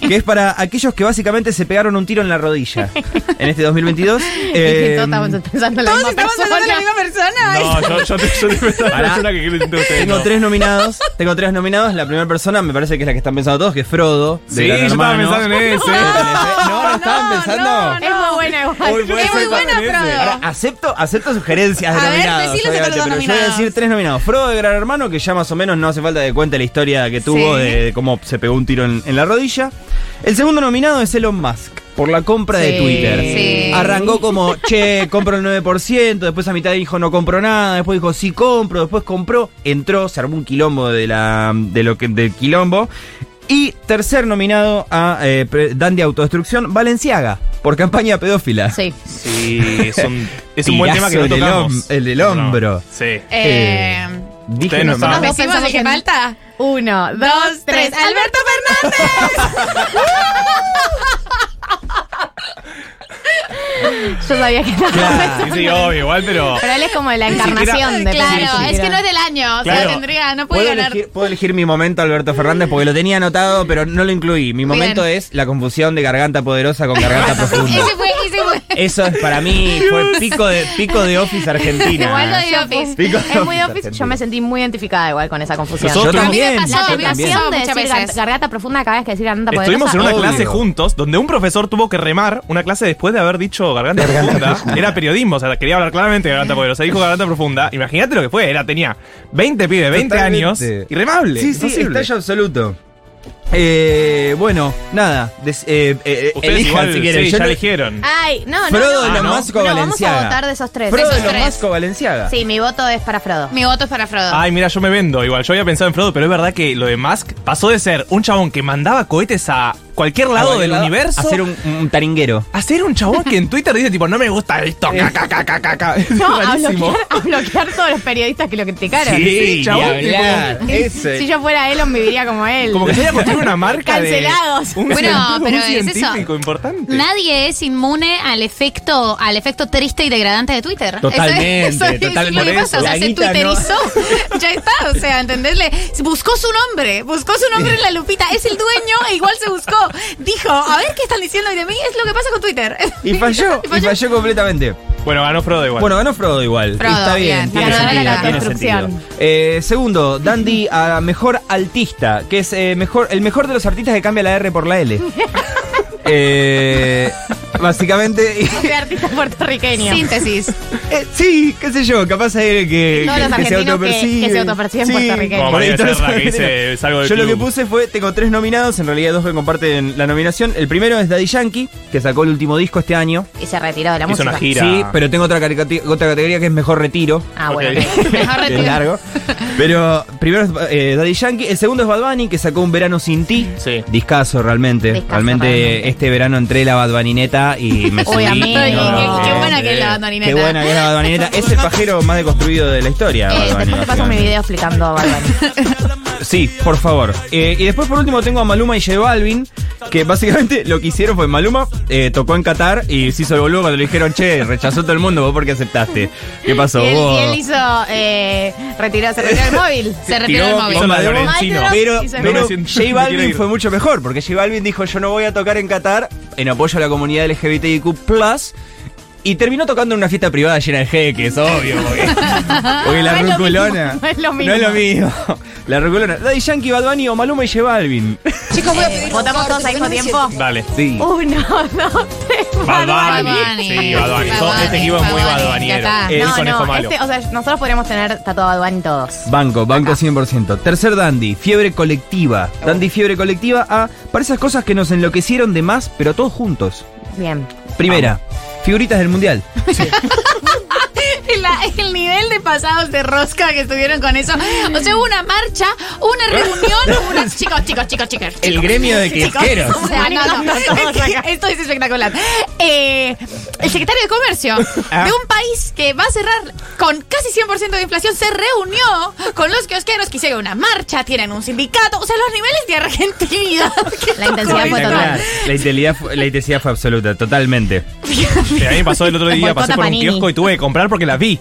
[SPEAKER 3] que es para aquellos que básicamente se pegaron un tiro en la rodilla en este 2022.
[SPEAKER 1] Dije,
[SPEAKER 3] eh,
[SPEAKER 1] todos estamos pensando en la misma persona.
[SPEAKER 4] persona.
[SPEAKER 2] No, yo, yo, te- yo te pensaba en la
[SPEAKER 3] Pará.
[SPEAKER 2] persona que creen ustedes.
[SPEAKER 3] Tengo
[SPEAKER 2] no.
[SPEAKER 3] tres nominados. Tengo tres nominados. La primera persona me parece que es la que están pensando todos, que es Frodo. de
[SPEAKER 2] Sí, yo
[SPEAKER 3] Gran
[SPEAKER 2] estaba
[SPEAKER 3] Hermano.
[SPEAKER 2] pensando en ese.
[SPEAKER 3] No, no, estaban pensando.
[SPEAKER 1] Es muy buena igual.
[SPEAKER 3] Uy, puede
[SPEAKER 4] Es
[SPEAKER 3] ser
[SPEAKER 4] muy buena,
[SPEAKER 3] también ese.
[SPEAKER 4] Frodo.
[SPEAKER 3] Ahora, acepto, acepto sugerencias de
[SPEAKER 4] *laughs* A ver,
[SPEAKER 3] nominados.
[SPEAKER 4] deciles de
[SPEAKER 3] obviamente,
[SPEAKER 4] todos los
[SPEAKER 3] pero yo voy a
[SPEAKER 4] nominados.
[SPEAKER 3] decir tres nominados. Frodo de Gran Hermano, que ya más o menos no hace falta que cuente la historia que tuvo
[SPEAKER 4] Sí.
[SPEAKER 3] de, de cómo se pegó un tiro en, en la rodilla. El segundo nominado es Elon Musk. Por la compra
[SPEAKER 1] Sí.
[SPEAKER 3] de Twitter.
[SPEAKER 4] Sí.
[SPEAKER 3] Arrancó como, che, compro el 9%, después a mitad dijo no compro nada, después dijo sí compro, después compró, entró, se armó un quilombo de la, de lo que, del quilombo. Y tercer nominado a eh, pre- Dandy Autodestrucción, Valenciaga, por campaña pedófila.
[SPEAKER 1] Sí.
[SPEAKER 2] Sí, es un, es un buen tema
[SPEAKER 3] Tirazo
[SPEAKER 2] que no
[SPEAKER 3] en el
[SPEAKER 2] tocamos.
[SPEAKER 3] hom- el del
[SPEAKER 2] No.
[SPEAKER 3] hombro.
[SPEAKER 2] Sí.
[SPEAKER 4] Eh,
[SPEAKER 3] Dije
[SPEAKER 2] Ustedes no estaban.
[SPEAKER 3] no
[SPEAKER 4] ¿Nos
[SPEAKER 1] Vamos,
[SPEAKER 4] decimos
[SPEAKER 1] pensamos
[SPEAKER 4] de qué
[SPEAKER 1] en-
[SPEAKER 4] falta?
[SPEAKER 1] Uno,
[SPEAKER 4] Dos, tres. ¡Alberto Fernández!
[SPEAKER 1] *laughs* Yo sabía que estaba
[SPEAKER 3] Claro.
[SPEAKER 2] Sí, sí, obvio, igual, pero.
[SPEAKER 1] Pero él es como la
[SPEAKER 2] siquiera-
[SPEAKER 1] encarnación de
[SPEAKER 4] Claro,
[SPEAKER 1] Pelé.
[SPEAKER 4] es que no es del año. O sea,
[SPEAKER 2] Claro.
[SPEAKER 4] tendría, no puede
[SPEAKER 3] ¿Puedo
[SPEAKER 4] ganar.
[SPEAKER 3] elegir, puedo elegir mi momento, Alberto Fernández, porque lo tenía anotado, pero no lo incluí. Mi momento es la confusión de garganta poderosa con garganta profunda.
[SPEAKER 4] Ese fue, ese fue.
[SPEAKER 3] Eso es para mí, fue pico de, pico de Office Argentina.
[SPEAKER 4] Igual lo de
[SPEAKER 1] Yo-
[SPEAKER 4] Office.
[SPEAKER 3] Pico
[SPEAKER 1] Es muy office.
[SPEAKER 3] de Argentina.
[SPEAKER 1] Yo me sentí muy identificada igual con esa confusión.
[SPEAKER 2] Nosotros-
[SPEAKER 3] Yo
[SPEAKER 2] A mí me
[SPEAKER 3] también.
[SPEAKER 4] pasó,
[SPEAKER 1] la
[SPEAKER 3] yo
[SPEAKER 4] a mí me
[SPEAKER 3] también.
[SPEAKER 1] tentación de
[SPEAKER 4] Muchas
[SPEAKER 1] decir gar-
[SPEAKER 4] veces.
[SPEAKER 1] garganta profunda cada vez que decir garganta poderosa.
[SPEAKER 2] Estuvimos en una
[SPEAKER 3] obvio.
[SPEAKER 2] clase juntos donde un profesor tuvo que remar una clase después de haber dicho garganta profunda. Era periodismo, o sea, quería hablar claramente de
[SPEAKER 3] *laughs*
[SPEAKER 2] garganta poderosa. Dijo garganta profunda. Imagínate lo que fue. Era, tenía 20 pibes, 20
[SPEAKER 3] Totalmente.
[SPEAKER 2] años. Irremable.
[SPEAKER 3] Sí, sí,
[SPEAKER 2] imposible.
[SPEAKER 3] estallo absoluto. Eh, bueno, nada. des- eh, eh,
[SPEAKER 2] Ustedes
[SPEAKER 3] elijan
[SPEAKER 2] igual,
[SPEAKER 3] si quieren.
[SPEAKER 2] sí, ya
[SPEAKER 3] Yo no-
[SPEAKER 2] eligieron.
[SPEAKER 1] Ay, no, no.
[SPEAKER 3] Frodo
[SPEAKER 1] no.
[SPEAKER 3] de los
[SPEAKER 2] Ah, ¿no?
[SPEAKER 3] Masco
[SPEAKER 1] No, vamos
[SPEAKER 3] Valenciaga.
[SPEAKER 1] a votar de esos tres.
[SPEAKER 3] Frodo
[SPEAKER 4] Esos
[SPEAKER 3] de los
[SPEAKER 4] tres.
[SPEAKER 3] Masco Valenciaga.
[SPEAKER 1] Sí, mi voto es para Frodo.
[SPEAKER 4] Mi voto es para Frodo.
[SPEAKER 2] Ay, mira, yo me vendo igual. Yo había pensado en Frodo, pero es verdad que lo de Musk pasó de ser un chabón que mandaba cohetes a cualquier lado del universo
[SPEAKER 3] Hacer un, un taringuero.
[SPEAKER 2] a ser un chabón que en Twitter dice tipo, no me gusta
[SPEAKER 3] *laughs*
[SPEAKER 2] esto, ca, ca, ca, ca, ca, ca". Es
[SPEAKER 1] No, a
[SPEAKER 2] rarísimo.
[SPEAKER 1] bloquear, a bloquear todos los periodistas que lo criticaron.
[SPEAKER 2] Sí, chabón,
[SPEAKER 3] ni hablar.
[SPEAKER 2] tipo,
[SPEAKER 3] Ese.
[SPEAKER 1] Si yo fuera Elon, viviría como él. *laughs*
[SPEAKER 2] Como que quería construir una marca de.
[SPEAKER 1] Cancelados.
[SPEAKER 2] Un,
[SPEAKER 4] Bueno,
[SPEAKER 2] científico-
[SPEAKER 4] pero
[SPEAKER 2] un
[SPEAKER 4] es eso.
[SPEAKER 2] científico importante.
[SPEAKER 4] Nadie es inmune al efecto, al efecto triste y degradante de Twitter. Eso es-
[SPEAKER 3] Totalmente,
[SPEAKER 4] eso es
[SPEAKER 3] totalmente.
[SPEAKER 4] lo que
[SPEAKER 3] Por
[SPEAKER 4] pasa,
[SPEAKER 3] eso.
[SPEAKER 4] o sea,
[SPEAKER 3] La
[SPEAKER 4] se
[SPEAKER 3] guita no-
[SPEAKER 4] twitterizó. *laughs* ya está, o sea, entenderle. Buscó su nombre, buscó su nombre en la lupita. Es el dueño e igual se buscó. Dijo, a ver qué están diciendo hoy de mí, es lo que pasa con Twitter. *laughs*
[SPEAKER 3] Y
[SPEAKER 1] *laughs*
[SPEAKER 3] falló, y falló completamente.
[SPEAKER 2] Bueno, ganó Frodo igual.
[SPEAKER 3] Bueno, ganó Frodo igual.
[SPEAKER 4] Frodo,
[SPEAKER 3] Está
[SPEAKER 4] bien.
[SPEAKER 3] bien, tiene
[SPEAKER 4] Ganó la
[SPEAKER 3] sentido. tiene
[SPEAKER 1] construcción.
[SPEAKER 3] sentido. Eh, segundo, Dandy a mejor altista,
[SPEAKER 1] *laughs*
[SPEAKER 3] que es eh, mejor, el mejor de los artistas que cambia la R por la L. Eh, básicamente. y-
[SPEAKER 1] de artista puertorriqueño.
[SPEAKER 4] Síntesis.
[SPEAKER 3] eh, sí, qué sé yo, capaz hay el que,
[SPEAKER 1] Todos los
[SPEAKER 3] que,
[SPEAKER 1] argentinos que- que se autoperciben puertorriqueños.
[SPEAKER 2] Como
[SPEAKER 3] por ahí
[SPEAKER 2] María
[SPEAKER 3] todos
[SPEAKER 2] Becerra,
[SPEAKER 3] los
[SPEAKER 2] que dice,
[SPEAKER 3] argentinos.
[SPEAKER 2] "Salgo del
[SPEAKER 3] Yo lo que
[SPEAKER 2] club".
[SPEAKER 3] puse fue, tengo tres nominados, en realidad dos que comparten la nominación. El primero es Daddy Yankee, que sacó el último disco este año.
[SPEAKER 1] Y se retiró de la
[SPEAKER 2] Hizo
[SPEAKER 1] música.
[SPEAKER 2] una gira.
[SPEAKER 3] Sí, pero tengo otra, caricati- otra categoría que es Mejor Retiro.
[SPEAKER 1] Ah, bueno.
[SPEAKER 2] Ok.
[SPEAKER 1] ok. Mejor
[SPEAKER 3] que es
[SPEAKER 1] retiro. *laughs*
[SPEAKER 3] largo. Pero primero es eh, Daddy Yankee, el segundo es Bad Bunny, que sacó un verano sin ti.
[SPEAKER 2] Sí.
[SPEAKER 3] Discaso realmente.
[SPEAKER 1] Discazo,
[SPEAKER 3] realmente,
[SPEAKER 1] realmente.
[SPEAKER 3] este verano entré la Bad Bunnineta y me subí.
[SPEAKER 1] Uy, amigo,
[SPEAKER 4] Ay,
[SPEAKER 1] no.
[SPEAKER 4] Qué, qué buena que es la bandolineta.
[SPEAKER 3] Qué buena que es la Bad Bunnineta.
[SPEAKER 1] *laughs*
[SPEAKER 3] Es el pajero más deconstruido de la
[SPEAKER 2] Ah,
[SPEAKER 3] historia. Bad
[SPEAKER 1] Eh,
[SPEAKER 3] Bunny,
[SPEAKER 1] después te paso mi
[SPEAKER 3] básicamente.
[SPEAKER 1] video explicando a Bad Bunny.
[SPEAKER 3] Sí, por favor. Eh, y después por último tengo a Maluma y J Balvin, que básicamente lo que hicieron fue Maluma eh, tocó en Qatar y se hizo el boludo cuando le dijeron, che, rechazó todo el mundo, vos por qué aceptaste. ¿Qué pasó?
[SPEAKER 1] Y él,
[SPEAKER 3] vos?
[SPEAKER 1] y él hizo. Eh, retiró, se retiró el móvil.
[SPEAKER 4] Se retiró
[SPEAKER 3] Tiró-
[SPEAKER 4] el móvil.
[SPEAKER 3] hizo la de
[SPEAKER 2] Lorenzino.
[SPEAKER 1] Maestro,
[SPEAKER 3] Pero,
[SPEAKER 1] hizo el
[SPEAKER 3] pero
[SPEAKER 2] No me siento-
[SPEAKER 3] J
[SPEAKER 2] me quiero
[SPEAKER 3] Balvin
[SPEAKER 2] ir.
[SPEAKER 3] fue mucho mejor, porque J Balvin dijo, yo no voy a tocar en Qatar en apoyo a la comunidad LGBTIQ+, y terminó tocando en una fiesta privada llena de jeques, obvio, *laughs* porque, porque la
[SPEAKER 1] Ah, No es lo
[SPEAKER 3] ruculona...
[SPEAKER 1] mismo, no es lo
[SPEAKER 3] No es lo mismo. *laughs* La ruculona. Daddy Yankee, Bad Bunny o Maluma y J Balvin.
[SPEAKER 5] Chicos, voy a pedir
[SPEAKER 1] Eh,
[SPEAKER 5] un
[SPEAKER 1] ¿Votamos
[SPEAKER 5] corte,
[SPEAKER 1] todos al
[SPEAKER 5] que
[SPEAKER 1] mismo
[SPEAKER 5] no me
[SPEAKER 1] tiempo?
[SPEAKER 2] Dale.
[SPEAKER 3] *laughs* Sí.
[SPEAKER 1] Uno, dos, tres.
[SPEAKER 2] Bad
[SPEAKER 1] Bad
[SPEAKER 2] Bunny.
[SPEAKER 1] Bunny.
[SPEAKER 2] Sí, Bad Bunny.
[SPEAKER 4] Bad
[SPEAKER 2] So-
[SPEAKER 4] Bunny,
[SPEAKER 2] este equipo es muy
[SPEAKER 4] Bad Bunny,
[SPEAKER 2] Bad Bunniero.
[SPEAKER 4] ya está.
[SPEAKER 2] El
[SPEAKER 1] no,
[SPEAKER 2] conejo
[SPEAKER 1] no,
[SPEAKER 2] malo.
[SPEAKER 1] este- o sea, nosotros podríamos tener tatuado a y todos.
[SPEAKER 3] Banco, banco 100%. Tercer Dandy, fiebre colectiva. Dandy, fiebre colectiva a... Para esas cosas que nos enloquecieron de más, pero todos juntos.
[SPEAKER 1] Bien.
[SPEAKER 3] Primera, figuritas del Mundial.
[SPEAKER 4] La- el nivel de pasados de rosca que estuvieron con eso. O sea, hubo una marcha, una reunión,
[SPEAKER 3] *laughs*
[SPEAKER 4] una... Chicos, chicos, chicos, chicos.
[SPEAKER 3] El gremio *laughs* de kiosqueros.
[SPEAKER 4] O sea, no,
[SPEAKER 3] *laughs*
[SPEAKER 4] no, es que esto es espectacular. Eh, el secretario de Comercio
[SPEAKER 3] Ah.
[SPEAKER 4] de un país que va a cerrar con casi 100% de inflación se reunió con los kiosqueros que hicieron una marcha, tienen un sindicato. O sea, los niveles de argentinidad. *laughs* que
[SPEAKER 1] La intensidad
[SPEAKER 4] tocó
[SPEAKER 1] fue
[SPEAKER 4] esto.
[SPEAKER 1] total.
[SPEAKER 3] La intensidad, fue, la intensidad fue absoluta, totalmente.
[SPEAKER 2] Sí, A mí me pasó el otro día,
[SPEAKER 1] Boicota
[SPEAKER 2] pasé por un
[SPEAKER 1] Panini.
[SPEAKER 2] kiosco y tuve que comprar porque las vi.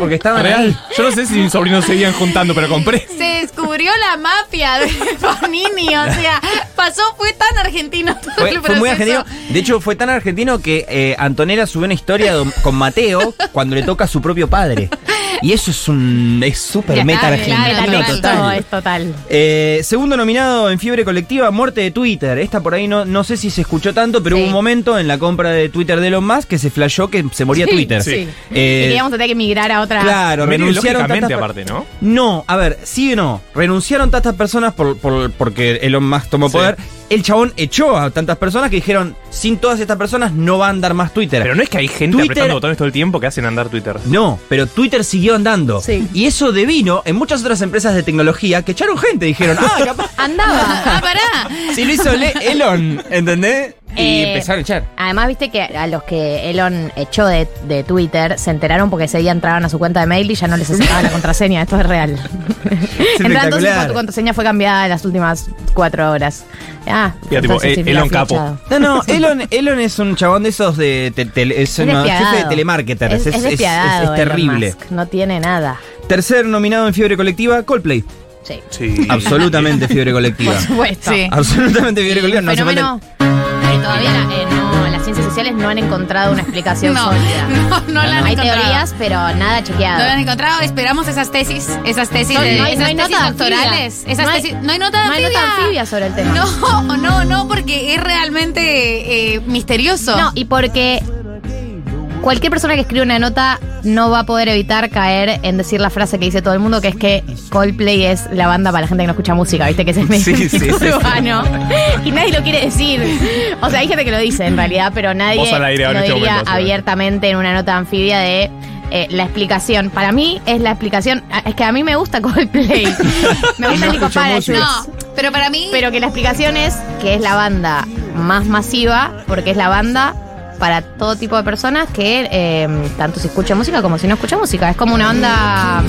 [SPEAKER 3] Porque estaban
[SPEAKER 2] Real. Yo no sé si mis sobrinos seguían juntando, pero compré.
[SPEAKER 4] Se descubrió la mafia de *laughs* Panini. O sea, pasó, fue tan argentino todo
[SPEAKER 3] Fue,
[SPEAKER 4] el
[SPEAKER 3] fue
[SPEAKER 4] proceso.
[SPEAKER 3] muy argentino. De hecho, fue tan argentino que eh, Antonella subió una historia do- con Mateo cuando le toca a su propio padre. Y eso es un. Es súper
[SPEAKER 4] Ya
[SPEAKER 3] meta
[SPEAKER 4] está,
[SPEAKER 3] argentino
[SPEAKER 4] claro,
[SPEAKER 1] Total. Todo
[SPEAKER 3] total.
[SPEAKER 1] es total.
[SPEAKER 3] Eh, segundo nominado en fiebre colectiva, muerte de Twitter. Esta por ahí no, no sé si se escuchó tanto, pero
[SPEAKER 1] Sí.
[SPEAKER 3] hubo un momento en la compra de Twitter de Elon Musk que se flashó que se moría Twitter.
[SPEAKER 2] sí.
[SPEAKER 3] Eh,
[SPEAKER 1] y que íbamos a tener que migrar a otra.
[SPEAKER 3] Claro,
[SPEAKER 2] Pero
[SPEAKER 3] renunciaron
[SPEAKER 2] lógicamente,
[SPEAKER 3] tantas per-
[SPEAKER 2] aparte, ¿no?
[SPEAKER 3] No, a ver, sí o no. Renunciaron tantas personas por, por- porque Elon Musk tomó
[SPEAKER 2] Sí.
[SPEAKER 3] poder. El chabón echó a tantas personas que dijeron, sin todas estas personas no va a andar más Twitter.
[SPEAKER 2] Pero no es que hay gente
[SPEAKER 3] Twitter-
[SPEAKER 2] apretando botones todo el tiempo que hacen andar Twitter.
[SPEAKER 3] No, pero Twitter siguió andando.
[SPEAKER 1] Sí.
[SPEAKER 3] Y eso devino en muchas otras empresas de tecnología que echaron gente. Dijeron, ah, capaz,
[SPEAKER 1] Andaba.
[SPEAKER 4] *laughs* Ah, pará.
[SPEAKER 3] si lo hizo Le- Elon, ¿entendés? Y
[SPEAKER 1] Eh,
[SPEAKER 3] empezaron a echar.
[SPEAKER 1] Además, viste que a los que Elon echó de, de Twitter se enteraron porque ese día entraban a su cuenta de mail y ya no les aceptaban la contraseña. Esto es
[SPEAKER 2] *laughs*
[SPEAKER 1] real. Entraron entonces pues,
[SPEAKER 3] espectacular.
[SPEAKER 1] tu contraseña fue cambiada en las últimas cuatro horas. Ah,
[SPEAKER 2] Ya, tipo,
[SPEAKER 1] entonces
[SPEAKER 2] eh,
[SPEAKER 1] me la
[SPEAKER 2] Elon
[SPEAKER 1] fui
[SPEAKER 2] Capo.
[SPEAKER 1] echado.
[SPEAKER 3] No, no, Elon, Elon es un chabón de esos de... te- tele-
[SPEAKER 1] Es
[SPEAKER 3] es una- jefe de
[SPEAKER 1] despiadado.
[SPEAKER 3] telemarketers.
[SPEAKER 1] Es,
[SPEAKER 3] Es, es- es- es
[SPEAKER 1] despiadado Elon
[SPEAKER 3] terrible.
[SPEAKER 1] Musk. No tiene nada.
[SPEAKER 3] Tercer nominado en fiebre colectiva, *laughs* Coldplay.
[SPEAKER 1] Sí.
[SPEAKER 2] Sí.
[SPEAKER 3] Absolutamente fiebre colectiva.
[SPEAKER 1] Por supuesto.
[SPEAKER 4] Sí.
[SPEAKER 3] Absolutamente fiebre colectiva. No hace
[SPEAKER 1] Fenómeno.
[SPEAKER 3] falta-
[SPEAKER 1] Eh, Todavía la- eh, no, las ciencias sociales no han encontrado una explicación
[SPEAKER 4] No,
[SPEAKER 1] sólida.
[SPEAKER 4] no, no la han
[SPEAKER 1] Hay
[SPEAKER 4] encontrado.
[SPEAKER 1] teorías, pero nada
[SPEAKER 4] No la han
[SPEAKER 1] chequeado.
[SPEAKER 4] encontrado, esperamos esas tesis, esas tesis,
[SPEAKER 1] No,
[SPEAKER 4] de-
[SPEAKER 1] no hay-
[SPEAKER 4] esas
[SPEAKER 1] no hay
[SPEAKER 4] tesis
[SPEAKER 1] nota
[SPEAKER 4] doctorales,
[SPEAKER 1] anfibia.
[SPEAKER 4] esas
[SPEAKER 1] No hay-
[SPEAKER 4] tesis- no hay nota
[SPEAKER 1] no hay
[SPEAKER 4] anfibia.
[SPEAKER 1] nota anfibia sobre el tema.
[SPEAKER 4] No, no, no, porque es realmente eh, misterioso.
[SPEAKER 1] No, y porque cualquier persona que escribe una nota no va a poder evitar caer en decir la frase que dice todo el mundo, que es que Coldplay es la banda para la gente que no escucha música, ¿viste? Que es el medio
[SPEAKER 3] Sí, sí, sí, sí.
[SPEAKER 1] urbano. *laughs* Y nadie lo quiere decir. O sea, hay gente que lo dice en realidad, pero nadie
[SPEAKER 2] Voz al aire
[SPEAKER 1] lo
[SPEAKER 2] ahora en este
[SPEAKER 1] diría
[SPEAKER 2] momento, sí.
[SPEAKER 1] abiertamente en una nota anfibia de... eh, la explicación, para mí es la explicación, Ah, es que a mí me gusta
[SPEAKER 2] *laughs*
[SPEAKER 1] Coldplay, me gusta Nico Paris,
[SPEAKER 4] No, pero para mí.
[SPEAKER 1] pero que la explicación es que es la banda más masiva, porque es la banda para todo tipo de personas que eh, tanto si escucha música como si no escucha música. Es como una banda.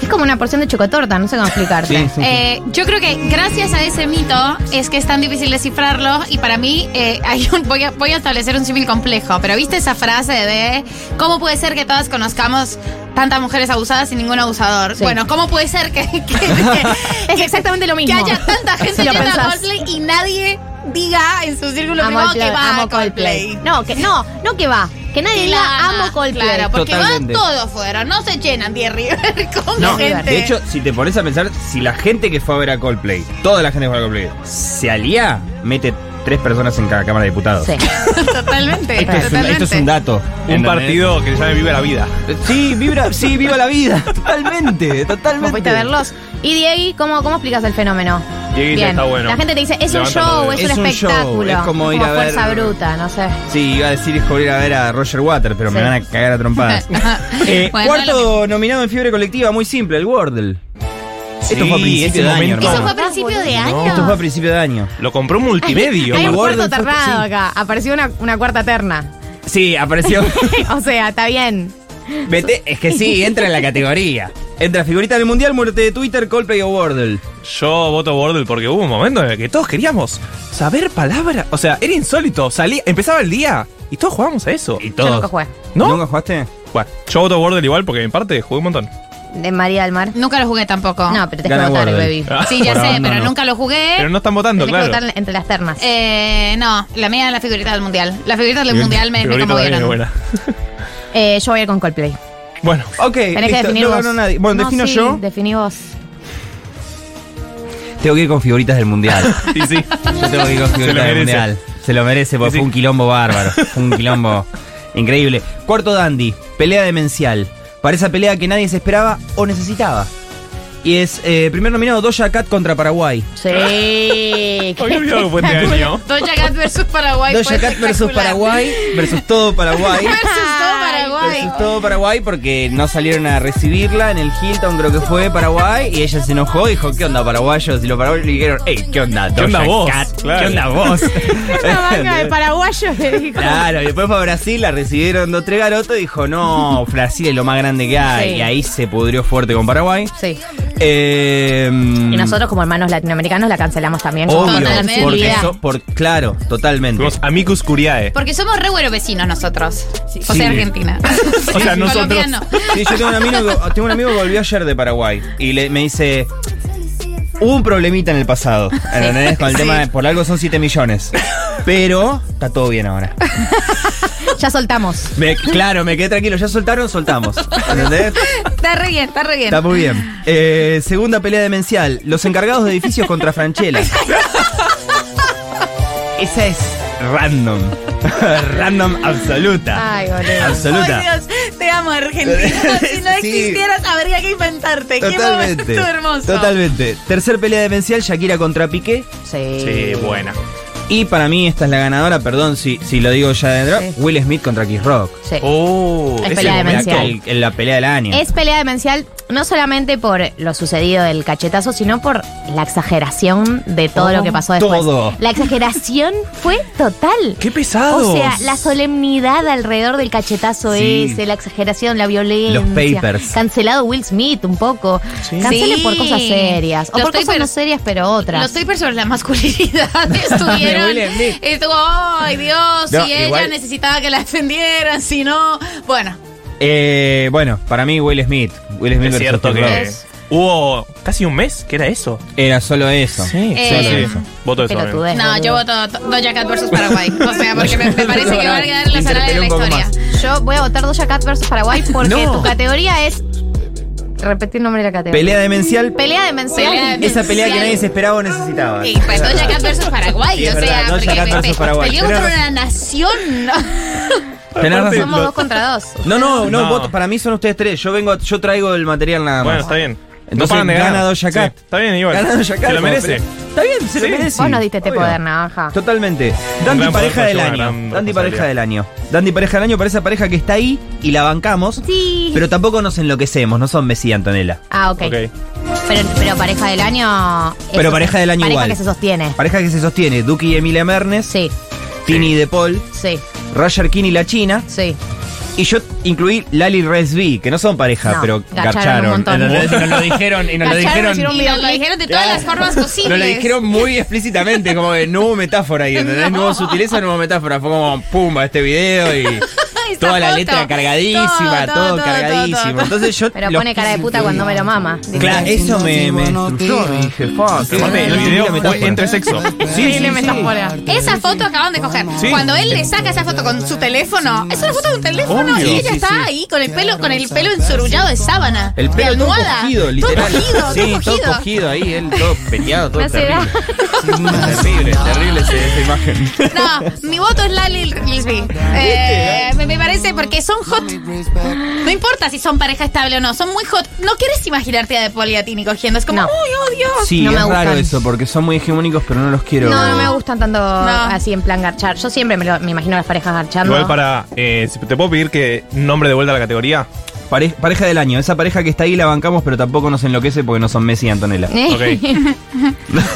[SPEAKER 1] Es como una porción de chocotorta, no sé cómo explicarte.
[SPEAKER 3] Sí, sí.
[SPEAKER 4] Eh, yo creo que gracias a ese mito es que es tan difícil descifrarlo y para mí eh, hay un- voy, a, voy a establecer un símil complejo, pero viste esa frase de cómo puede ser que todas conozcamos tantas mujeres abusadas y ningún abusador.
[SPEAKER 1] Sí.
[SPEAKER 4] Bueno, ¿cómo puede ser que, que- que-
[SPEAKER 1] *laughs* Es exactamente lo
[SPEAKER 4] que
[SPEAKER 1] mismo.
[SPEAKER 4] haya *laughs* tanta gente
[SPEAKER 1] Si lo
[SPEAKER 4] yendo a
[SPEAKER 1] pensás.
[SPEAKER 4] Coldplay y nadie diga en su círculo
[SPEAKER 1] Amo
[SPEAKER 4] privado
[SPEAKER 1] Coldplay,
[SPEAKER 4] que va
[SPEAKER 1] amo
[SPEAKER 4] a Coldplay?
[SPEAKER 1] No, que, no, no que va. Que nadie
[SPEAKER 4] Que
[SPEAKER 1] diga
[SPEAKER 4] la ama.
[SPEAKER 1] amo Coldplay.
[SPEAKER 4] Claro, porque
[SPEAKER 3] Totalmente.
[SPEAKER 4] van todos fuera, no se llenan de River *laughs* con
[SPEAKER 3] No,
[SPEAKER 4] gente.
[SPEAKER 3] de hecho, si te pones a pensar, si la gente que fue a ver a Coldplay, toda la gente que fue a ver a Coldplay, se alía, mete tres personas en cada Cámara de Diputados.
[SPEAKER 1] Sí.
[SPEAKER 4] *laughs* Totalmente,
[SPEAKER 5] Esto es, un,
[SPEAKER 4] totalmente.
[SPEAKER 5] esto es un dato.
[SPEAKER 2] Un
[SPEAKER 3] ¿Entendés?
[SPEAKER 2] partido que se llama Vive la Vida.
[SPEAKER 5] Sí, vibra, sí, viva la vida. Totalmente, totalmente.
[SPEAKER 1] *laughs* ¿Vos fuiste a verlos? Y Diego, ¿cómo, cómo explicas el fenómeno?
[SPEAKER 2] Dieguito
[SPEAKER 1] Bien.
[SPEAKER 2] está bueno.
[SPEAKER 1] La gente te dice, es un
[SPEAKER 2] Levanta los
[SPEAKER 1] show, es,
[SPEAKER 2] dedos.
[SPEAKER 1] un
[SPEAKER 3] Es un show,
[SPEAKER 1] espectáculo.
[SPEAKER 3] es como ir a ver-
[SPEAKER 1] fuerza bruta, no sé.
[SPEAKER 3] Sí, iba a decir es como ir a ver a Roger Water, pero me
[SPEAKER 1] Sí.
[SPEAKER 3] van a cagar
[SPEAKER 1] *laughs*
[SPEAKER 3] a trompadas. *laughs* Eh,
[SPEAKER 4] Bueno, lo
[SPEAKER 3] cuarto nominado en fiebre colectiva, muy simple, el Wordle. Esto fue a
[SPEAKER 2] Sí,
[SPEAKER 3] principio
[SPEAKER 2] ese
[SPEAKER 3] de año,
[SPEAKER 2] momento.
[SPEAKER 4] Eso
[SPEAKER 3] hermano.
[SPEAKER 4] fue a principio de año.
[SPEAKER 3] Esto fue a principio de año.
[SPEAKER 2] Lo compró un multimedio.
[SPEAKER 1] Hay un cuarto
[SPEAKER 2] aparte.
[SPEAKER 3] Gordon fue-
[SPEAKER 1] ternado
[SPEAKER 3] sí.
[SPEAKER 1] acá. Apareció una, una cuarta terna. *laughs*
[SPEAKER 3] Sí, apareció.
[SPEAKER 1] o sea, está bien.
[SPEAKER 3] Vete, es que sí, entra en la categoría. Entra figurita del mundial, muerte de Twitter, Coldplay o Wordle.
[SPEAKER 2] Yo voto Wordle porque hubo un momento en el que todos queríamos saber palabras. O sea, era insólito. Salía, empezaba el día y todos jugábamos a eso.
[SPEAKER 3] Y
[SPEAKER 1] Yo
[SPEAKER 3] todo.
[SPEAKER 1] nunca jugué.
[SPEAKER 2] ¿No?
[SPEAKER 3] ¿Nunca jugaste?
[SPEAKER 2] Bueno, yo voto Wordle igual porque en parte jugué un montón.
[SPEAKER 1] Eh, De María del Mar.
[SPEAKER 4] Nunca lo jugué tampoco.
[SPEAKER 1] No, pero tenés
[SPEAKER 3] Gana Ah,
[SPEAKER 1] que votar,
[SPEAKER 3] Gordon.
[SPEAKER 1] baby.
[SPEAKER 3] *laughs*
[SPEAKER 4] Sí, ya
[SPEAKER 3] Por
[SPEAKER 4] sé,
[SPEAKER 3] ahora no,
[SPEAKER 4] pero
[SPEAKER 3] no.
[SPEAKER 4] nunca lo jugué.
[SPEAKER 2] Pero no están votando,
[SPEAKER 1] Tenés que
[SPEAKER 2] claro.
[SPEAKER 1] votar entre las ternas.
[SPEAKER 4] Eh, no, la mía es la figurita del mundial. La figurita del mundial me, me
[SPEAKER 2] Figurita también es
[SPEAKER 4] conmovieron.
[SPEAKER 2] buena.
[SPEAKER 1] Eh, yo voy a ir con Coldplay.
[SPEAKER 2] Bueno, *laughs*
[SPEAKER 3] Ok,
[SPEAKER 1] Tenés que
[SPEAKER 3] listo,
[SPEAKER 1] definir
[SPEAKER 3] no
[SPEAKER 1] vos.
[SPEAKER 3] ganó nadie. Bueno,
[SPEAKER 1] No,
[SPEAKER 3] defino
[SPEAKER 1] sí,
[SPEAKER 3] yo.
[SPEAKER 1] Definí vos.
[SPEAKER 3] Tengo que ir con figuritas del mundial.
[SPEAKER 1] *laughs*
[SPEAKER 2] y sí.
[SPEAKER 3] Yo tengo que ir con figuritas del
[SPEAKER 2] merece.
[SPEAKER 3] mundial. Se lo merece porque
[SPEAKER 2] Sí, sí.
[SPEAKER 3] fue un quilombo bárbaro. Fue un quilombo increíble. Cuarto Dandy, pelea demencial. Para esa pelea que nadie se esperaba o necesitaba. Y es eh, primer nominado Doja Cat contra Paraguay. *laughs*
[SPEAKER 1] Sí.
[SPEAKER 2] Había olvidado que fue este año.
[SPEAKER 4] Doja Cat versus Paraguay. fue
[SPEAKER 3] Doja Cat versus
[SPEAKER 4] espectacular.
[SPEAKER 3] Paraguay versus todo
[SPEAKER 1] *laughs*
[SPEAKER 3] Paraguay.
[SPEAKER 4] Versus todo Paraguay.
[SPEAKER 3] Versus todo Paraguay porque no salieron a recibirla en el Hilton, creo que fue Paraguay. Y ella se enojó y dijo: ¿Qué onda, paraguayos? Y los paraguayos le dijeron: ¡Ey, qué onda, Doja
[SPEAKER 2] onda vos?
[SPEAKER 3] Cat?
[SPEAKER 2] Claro.
[SPEAKER 3] ¿Qué onda vos?
[SPEAKER 1] *laughs* Una banca
[SPEAKER 3] *laughs*
[SPEAKER 1] de paraguayos le dijo.
[SPEAKER 3] Claro, y después fue a Brasil, la recibieron dos, tres garotos y dijo, no, Brasil es lo más grande que hay.
[SPEAKER 1] Sí.
[SPEAKER 3] Y ahí se pudrió fuerte con Paraguay.
[SPEAKER 1] Sí.
[SPEAKER 3] Eh,
[SPEAKER 1] Y nosotros como hermanos latinoamericanos la cancelamos también. con
[SPEAKER 3] Obvio,
[SPEAKER 4] Totalmente.
[SPEAKER 3] porque
[SPEAKER 1] ansiedad.
[SPEAKER 3] so- por- claro, totalmente.
[SPEAKER 2] Fuimos amicus curiae.
[SPEAKER 4] Porque somos re buenos vecinos nosotros. O
[SPEAKER 3] Sí.
[SPEAKER 4] sea,
[SPEAKER 3] *laughs*
[SPEAKER 4] Argentina.
[SPEAKER 2] O sea, nosotros.
[SPEAKER 4] Colombiano.
[SPEAKER 3] Sí, yo tengo un, amigo, que- tengo un amigo que volvió ayer de Paraguay y le- me dice... Hubo un problemita en el pasado, ¿entendés? Con el tema de por algo son 7 millones. Pero está todo bien ahora.
[SPEAKER 1] Ya soltamos.
[SPEAKER 3] Me- claro, me quedé tranquilo. Ya soltaron, soltamos. ¿Entendés?
[SPEAKER 4] Está re bien, está re bien.
[SPEAKER 3] Está muy bien. Eh, segunda pelea demencial. Los encargados de edificios contra Franchella. *laughs* Esa es random. *laughs* random absoluta.
[SPEAKER 1] Ay, Ah, boludo.
[SPEAKER 3] absoluta.
[SPEAKER 4] Ay, Dios, te amo
[SPEAKER 3] *laughs*
[SPEAKER 4] Argentina. Si no
[SPEAKER 3] Sí.
[SPEAKER 4] existieras, habría que inventarte. Qué
[SPEAKER 3] Totalmente.
[SPEAKER 4] momento hermoso.
[SPEAKER 3] Totalmente. Tercer pelea demencial, Shakira contra Piqué.
[SPEAKER 1] Sí.
[SPEAKER 2] Sí, buena.
[SPEAKER 3] Y para mí esta es la ganadora, perdón si, si lo digo ya de entrada,
[SPEAKER 1] Sí.
[SPEAKER 3] Will Smith contra Chris Rock.
[SPEAKER 1] Sí.
[SPEAKER 2] Oh,
[SPEAKER 1] Es
[SPEAKER 2] ese
[SPEAKER 1] pelea
[SPEAKER 2] momento.
[SPEAKER 1] demencial.
[SPEAKER 3] El- el- la pelea del año.
[SPEAKER 1] Es pelea demencial no solamente por lo sucedido del cachetazo, sino por la exageración de todo
[SPEAKER 3] Oh,
[SPEAKER 1] lo que pasó después.
[SPEAKER 3] todo.
[SPEAKER 1] La
[SPEAKER 3] *laughs*
[SPEAKER 1] exageración fue total.
[SPEAKER 2] ¡Qué pesado!
[SPEAKER 1] O sea, la solemnidad alrededor del cachetazo
[SPEAKER 3] Sí.
[SPEAKER 1] ese, la exageración, la violencia.
[SPEAKER 3] Los papers.
[SPEAKER 1] Cancelado Will Smith un poco. Cancelen
[SPEAKER 4] Sí.
[SPEAKER 1] por cosas serias. O
[SPEAKER 4] Los
[SPEAKER 1] por cosas
[SPEAKER 4] papers-
[SPEAKER 1] no serias, pero otras.
[SPEAKER 4] Los papers sobre la
[SPEAKER 3] *laughs*
[SPEAKER 4] masculinidad *laughs* estuvieron.
[SPEAKER 3] Will Smith.
[SPEAKER 4] estuvo, ay Dios,
[SPEAKER 3] No,
[SPEAKER 4] si ella
[SPEAKER 3] igual-
[SPEAKER 4] necesitaba que la defendieran, si no. Bueno,
[SPEAKER 3] Eh, bueno, para mí Will Smith. Will Smith
[SPEAKER 2] Es
[SPEAKER 3] versus
[SPEAKER 2] cierto
[SPEAKER 3] Chris
[SPEAKER 2] que
[SPEAKER 3] Rock.
[SPEAKER 2] hubo casi un mes que era eso.
[SPEAKER 3] Era solo eso.
[SPEAKER 4] Eh,
[SPEAKER 2] solo eso. Voto eso. amigo.
[SPEAKER 1] Pelotudez,
[SPEAKER 4] no,
[SPEAKER 1] boludo.
[SPEAKER 4] yo voto Do- Doja Cat versus Paraguay. O sea, porque me, me parece que va a quedar en la sala de
[SPEAKER 3] Interpelé
[SPEAKER 4] la
[SPEAKER 3] un poco
[SPEAKER 4] historia.
[SPEAKER 3] más.
[SPEAKER 1] Yo voy a votar Doja Cat versus Paraguay porque
[SPEAKER 3] *laughs* No.
[SPEAKER 1] tu categoría es. Repetir el nombre de la categoría.
[SPEAKER 3] Pelea demencial.
[SPEAKER 1] Pelea demencial.
[SPEAKER 4] Pelea de-
[SPEAKER 3] Esa pelea que
[SPEAKER 4] demencial.
[SPEAKER 3] nadie se esperaba o necesitaba.
[SPEAKER 4] Y pues Doja Cat versus Paraguay,
[SPEAKER 3] Sí,
[SPEAKER 4] o
[SPEAKER 3] es
[SPEAKER 4] sea,
[SPEAKER 3] verdad, Doja
[SPEAKER 4] porque
[SPEAKER 3] Cat
[SPEAKER 4] pe-
[SPEAKER 3] versus
[SPEAKER 4] pe-
[SPEAKER 3] Paraguay.
[SPEAKER 4] peleó
[SPEAKER 3] Tenés
[SPEAKER 4] contra una nación.
[SPEAKER 3] *laughs*
[SPEAKER 4] ¿no?
[SPEAKER 3] Tenés
[SPEAKER 2] Aparte,
[SPEAKER 3] razón.
[SPEAKER 1] Somos
[SPEAKER 2] lo-
[SPEAKER 1] dos contra dos.
[SPEAKER 3] No, no, no,
[SPEAKER 2] No.
[SPEAKER 3] voto- para mí son ustedes tres. Yo vengo, a- yo traigo el material nada más.
[SPEAKER 2] Bueno, está bien.
[SPEAKER 3] Entonces,
[SPEAKER 2] paran de ganar.
[SPEAKER 3] gana Doja Cat.
[SPEAKER 2] Sí, está bien, igual.
[SPEAKER 3] Ganado Doja Cat,
[SPEAKER 2] Se lo
[SPEAKER 3] como
[SPEAKER 2] merece.
[SPEAKER 3] pelea. Está bien,
[SPEAKER 2] Sí.
[SPEAKER 3] se lo merece.
[SPEAKER 1] Vos nos diste este
[SPEAKER 3] Obvio.
[SPEAKER 1] poder, navaja.
[SPEAKER 3] Totalmente. Dandy
[SPEAKER 2] gran poder
[SPEAKER 3] pareja del
[SPEAKER 2] conlleva una
[SPEAKER 3] año.
[SPEAKER 2] gran
[SPEAKER 3] Dandy
[SPEAKER 2] responsabilidad.
[SPEAKER 3] pareja del año. Dandy pareja del año para esa pareja que está ahí y la bancamos.
[SPEAKER 1] Sí.
[SPEAKER 3] Pero tampoco nos enloquecemos, no son Messi y Antonella.
[SPEAKER 1] ah, ok.
[SPEAKER 2] Ok.
[SPEAKER 1] Pero, pero pareja del año. es-
[SPEAKER 3] Pero pareja del año
[SPEAKER 1] pareja
[SPEAKER 3] igual.
[SPEAKER 1] que se sostiene.
[SPEAKER 3] Pareja que se sostiene, Duki y Emilia Mernes,
[SPEAKER 1] Sí,
[SPEAKER 3] Tini y De Paul,
[SPEAKER 1] sí,
[SPEAKER 3] Roger King y la China.
[SPEAKER 1] sí.
[SPEAKER 3] Y yo incluí Lali Resby, que no son pareja,
[SPEAKER 1] No,
[SPEAKER 3] pero
[SPEAKER 1] garcharon un
[SPEAKER 3] garcharon.
[SPEAKER 1] montón.
[SPEAKER 3] ¿entendés? Y nos lo dijeron, y nos lo
[SPEAKER 1] Garcharon,
[SPEAKER 3] dijeron.
[SPEAKER 1] hicieron un
[SPEAKER 4] Y nos lo
[SPEAKER 1] videoclip.
[SPEAKER 4] dijeron de todas las
[SPEAKER 3] *laughs*
[SPEAKER 4] formas posibles.
[SPEAKER 3] Nos lo dijeron muy explícitamente, como que no hubo metáfora ahí, ¿entendés? No, hubo sutileza, no hubo metáfora. Fue como, pumba, este video y.
[SPEAKER 4] esta
[SPEAKER 3] Toda la
[SPEAKER 4] foto.
[SPEAKER 3] letra cargadísima,
[SPEAKER 4] Todo,
[SPEAKER 3] todo,
[SPEAKER 4] todo, todo,
[SPEAKER 3] cargadísimo.
[SPEAKER 4] todo, todo.
[SPEAKER 3] Entonces yo.
[SPEAKER 1] Pero
[SPEAKER 3] lo-
[SPEAKER 1] pone cara de puta cuando me lo mama. *laughs* dice.
[SPEAKER 3] Claro, eso me, me destruyó. Dije, fuck. qué
[SPEAKER 2] Aparte, el
[SPEAKER 3] horrible
[SPEAKER 2] video fue
[SPEAKER 3] metáfora.
[SPEAKER 2] entre sexo.
[SPEAKER 3] *laughs* Sí, sí,
[SPEAKER 4] Horrible
[SPEAKER 3] sí.
[SPEAKER 4] metáfora. Esa foto acaban de coger.
[SPEAKER 2] Sí.
[SPEAKER 4] Cuando él le saca esa foto con su teléfono, es una foto de un teléfono
[SPEAKER 2] Obvio.
[SPEAKER 4] y ella
[SPEAKER 3] Sí,
[SPEAKER 4] está
[SPEAKER 3] sí.
[SPEAKER 4] ahí con el pelo, con el pelo ensorullado de sábana.
[SPEAKER 3] El
[SPEAKER 4] de
[SPEAKER 3] pelo todo
[SPEAKER 4] almohada.
[SPEAKER 3] cogido, literal.
[SPEAKER 4] Todo cogido,
[SPEAKER 3] sí,
[SPEAKER 4] todo cogido.
[SPEAKER 3] ahí, él todo peleado, todo
[SPEAKER 1] Me hace
[SPEAKER 3] terrible. *laughs* terrible, terrible ese- esa imagen.
[SPEAKER 4] No, mi voto es Lali Lisby.
[SPEAKER 3] Ah,
[SPEAKER 4] Eh, me, me parece porque son hot. No importa si son pareja estable o no, son muy hot. No quieres imaginarte a De Poliatini cogiendo. Es como,
[SPEAKER 1] No.
[SPEAKER 4] uy, oh Dios.
[SPEAKER 3] Sí,
[SPEAKER 1] No me
[SPEAKER 3] es raro
[SPEAKER 1] gustan.
[SPEAKER 3] eso, porque son muy hegemónicos, pero no los quiero.
[SPEAKER 1] No, no me gustan tanto así en plan garchar. Yo siempre me, lo- me imagino a las parejas garchando. *laughs*
[SPEAKER 2] Igual para. eh, si ¿Te puedo pedir que nombre de vuelta a la categoría?
[SPEAKER 3] Pare- pareja del año, esa pareja que está ahí la bancamos, pero tampoco nos enloquece porque no son Messi y Antonella.
[SPEAKER 2] Ok.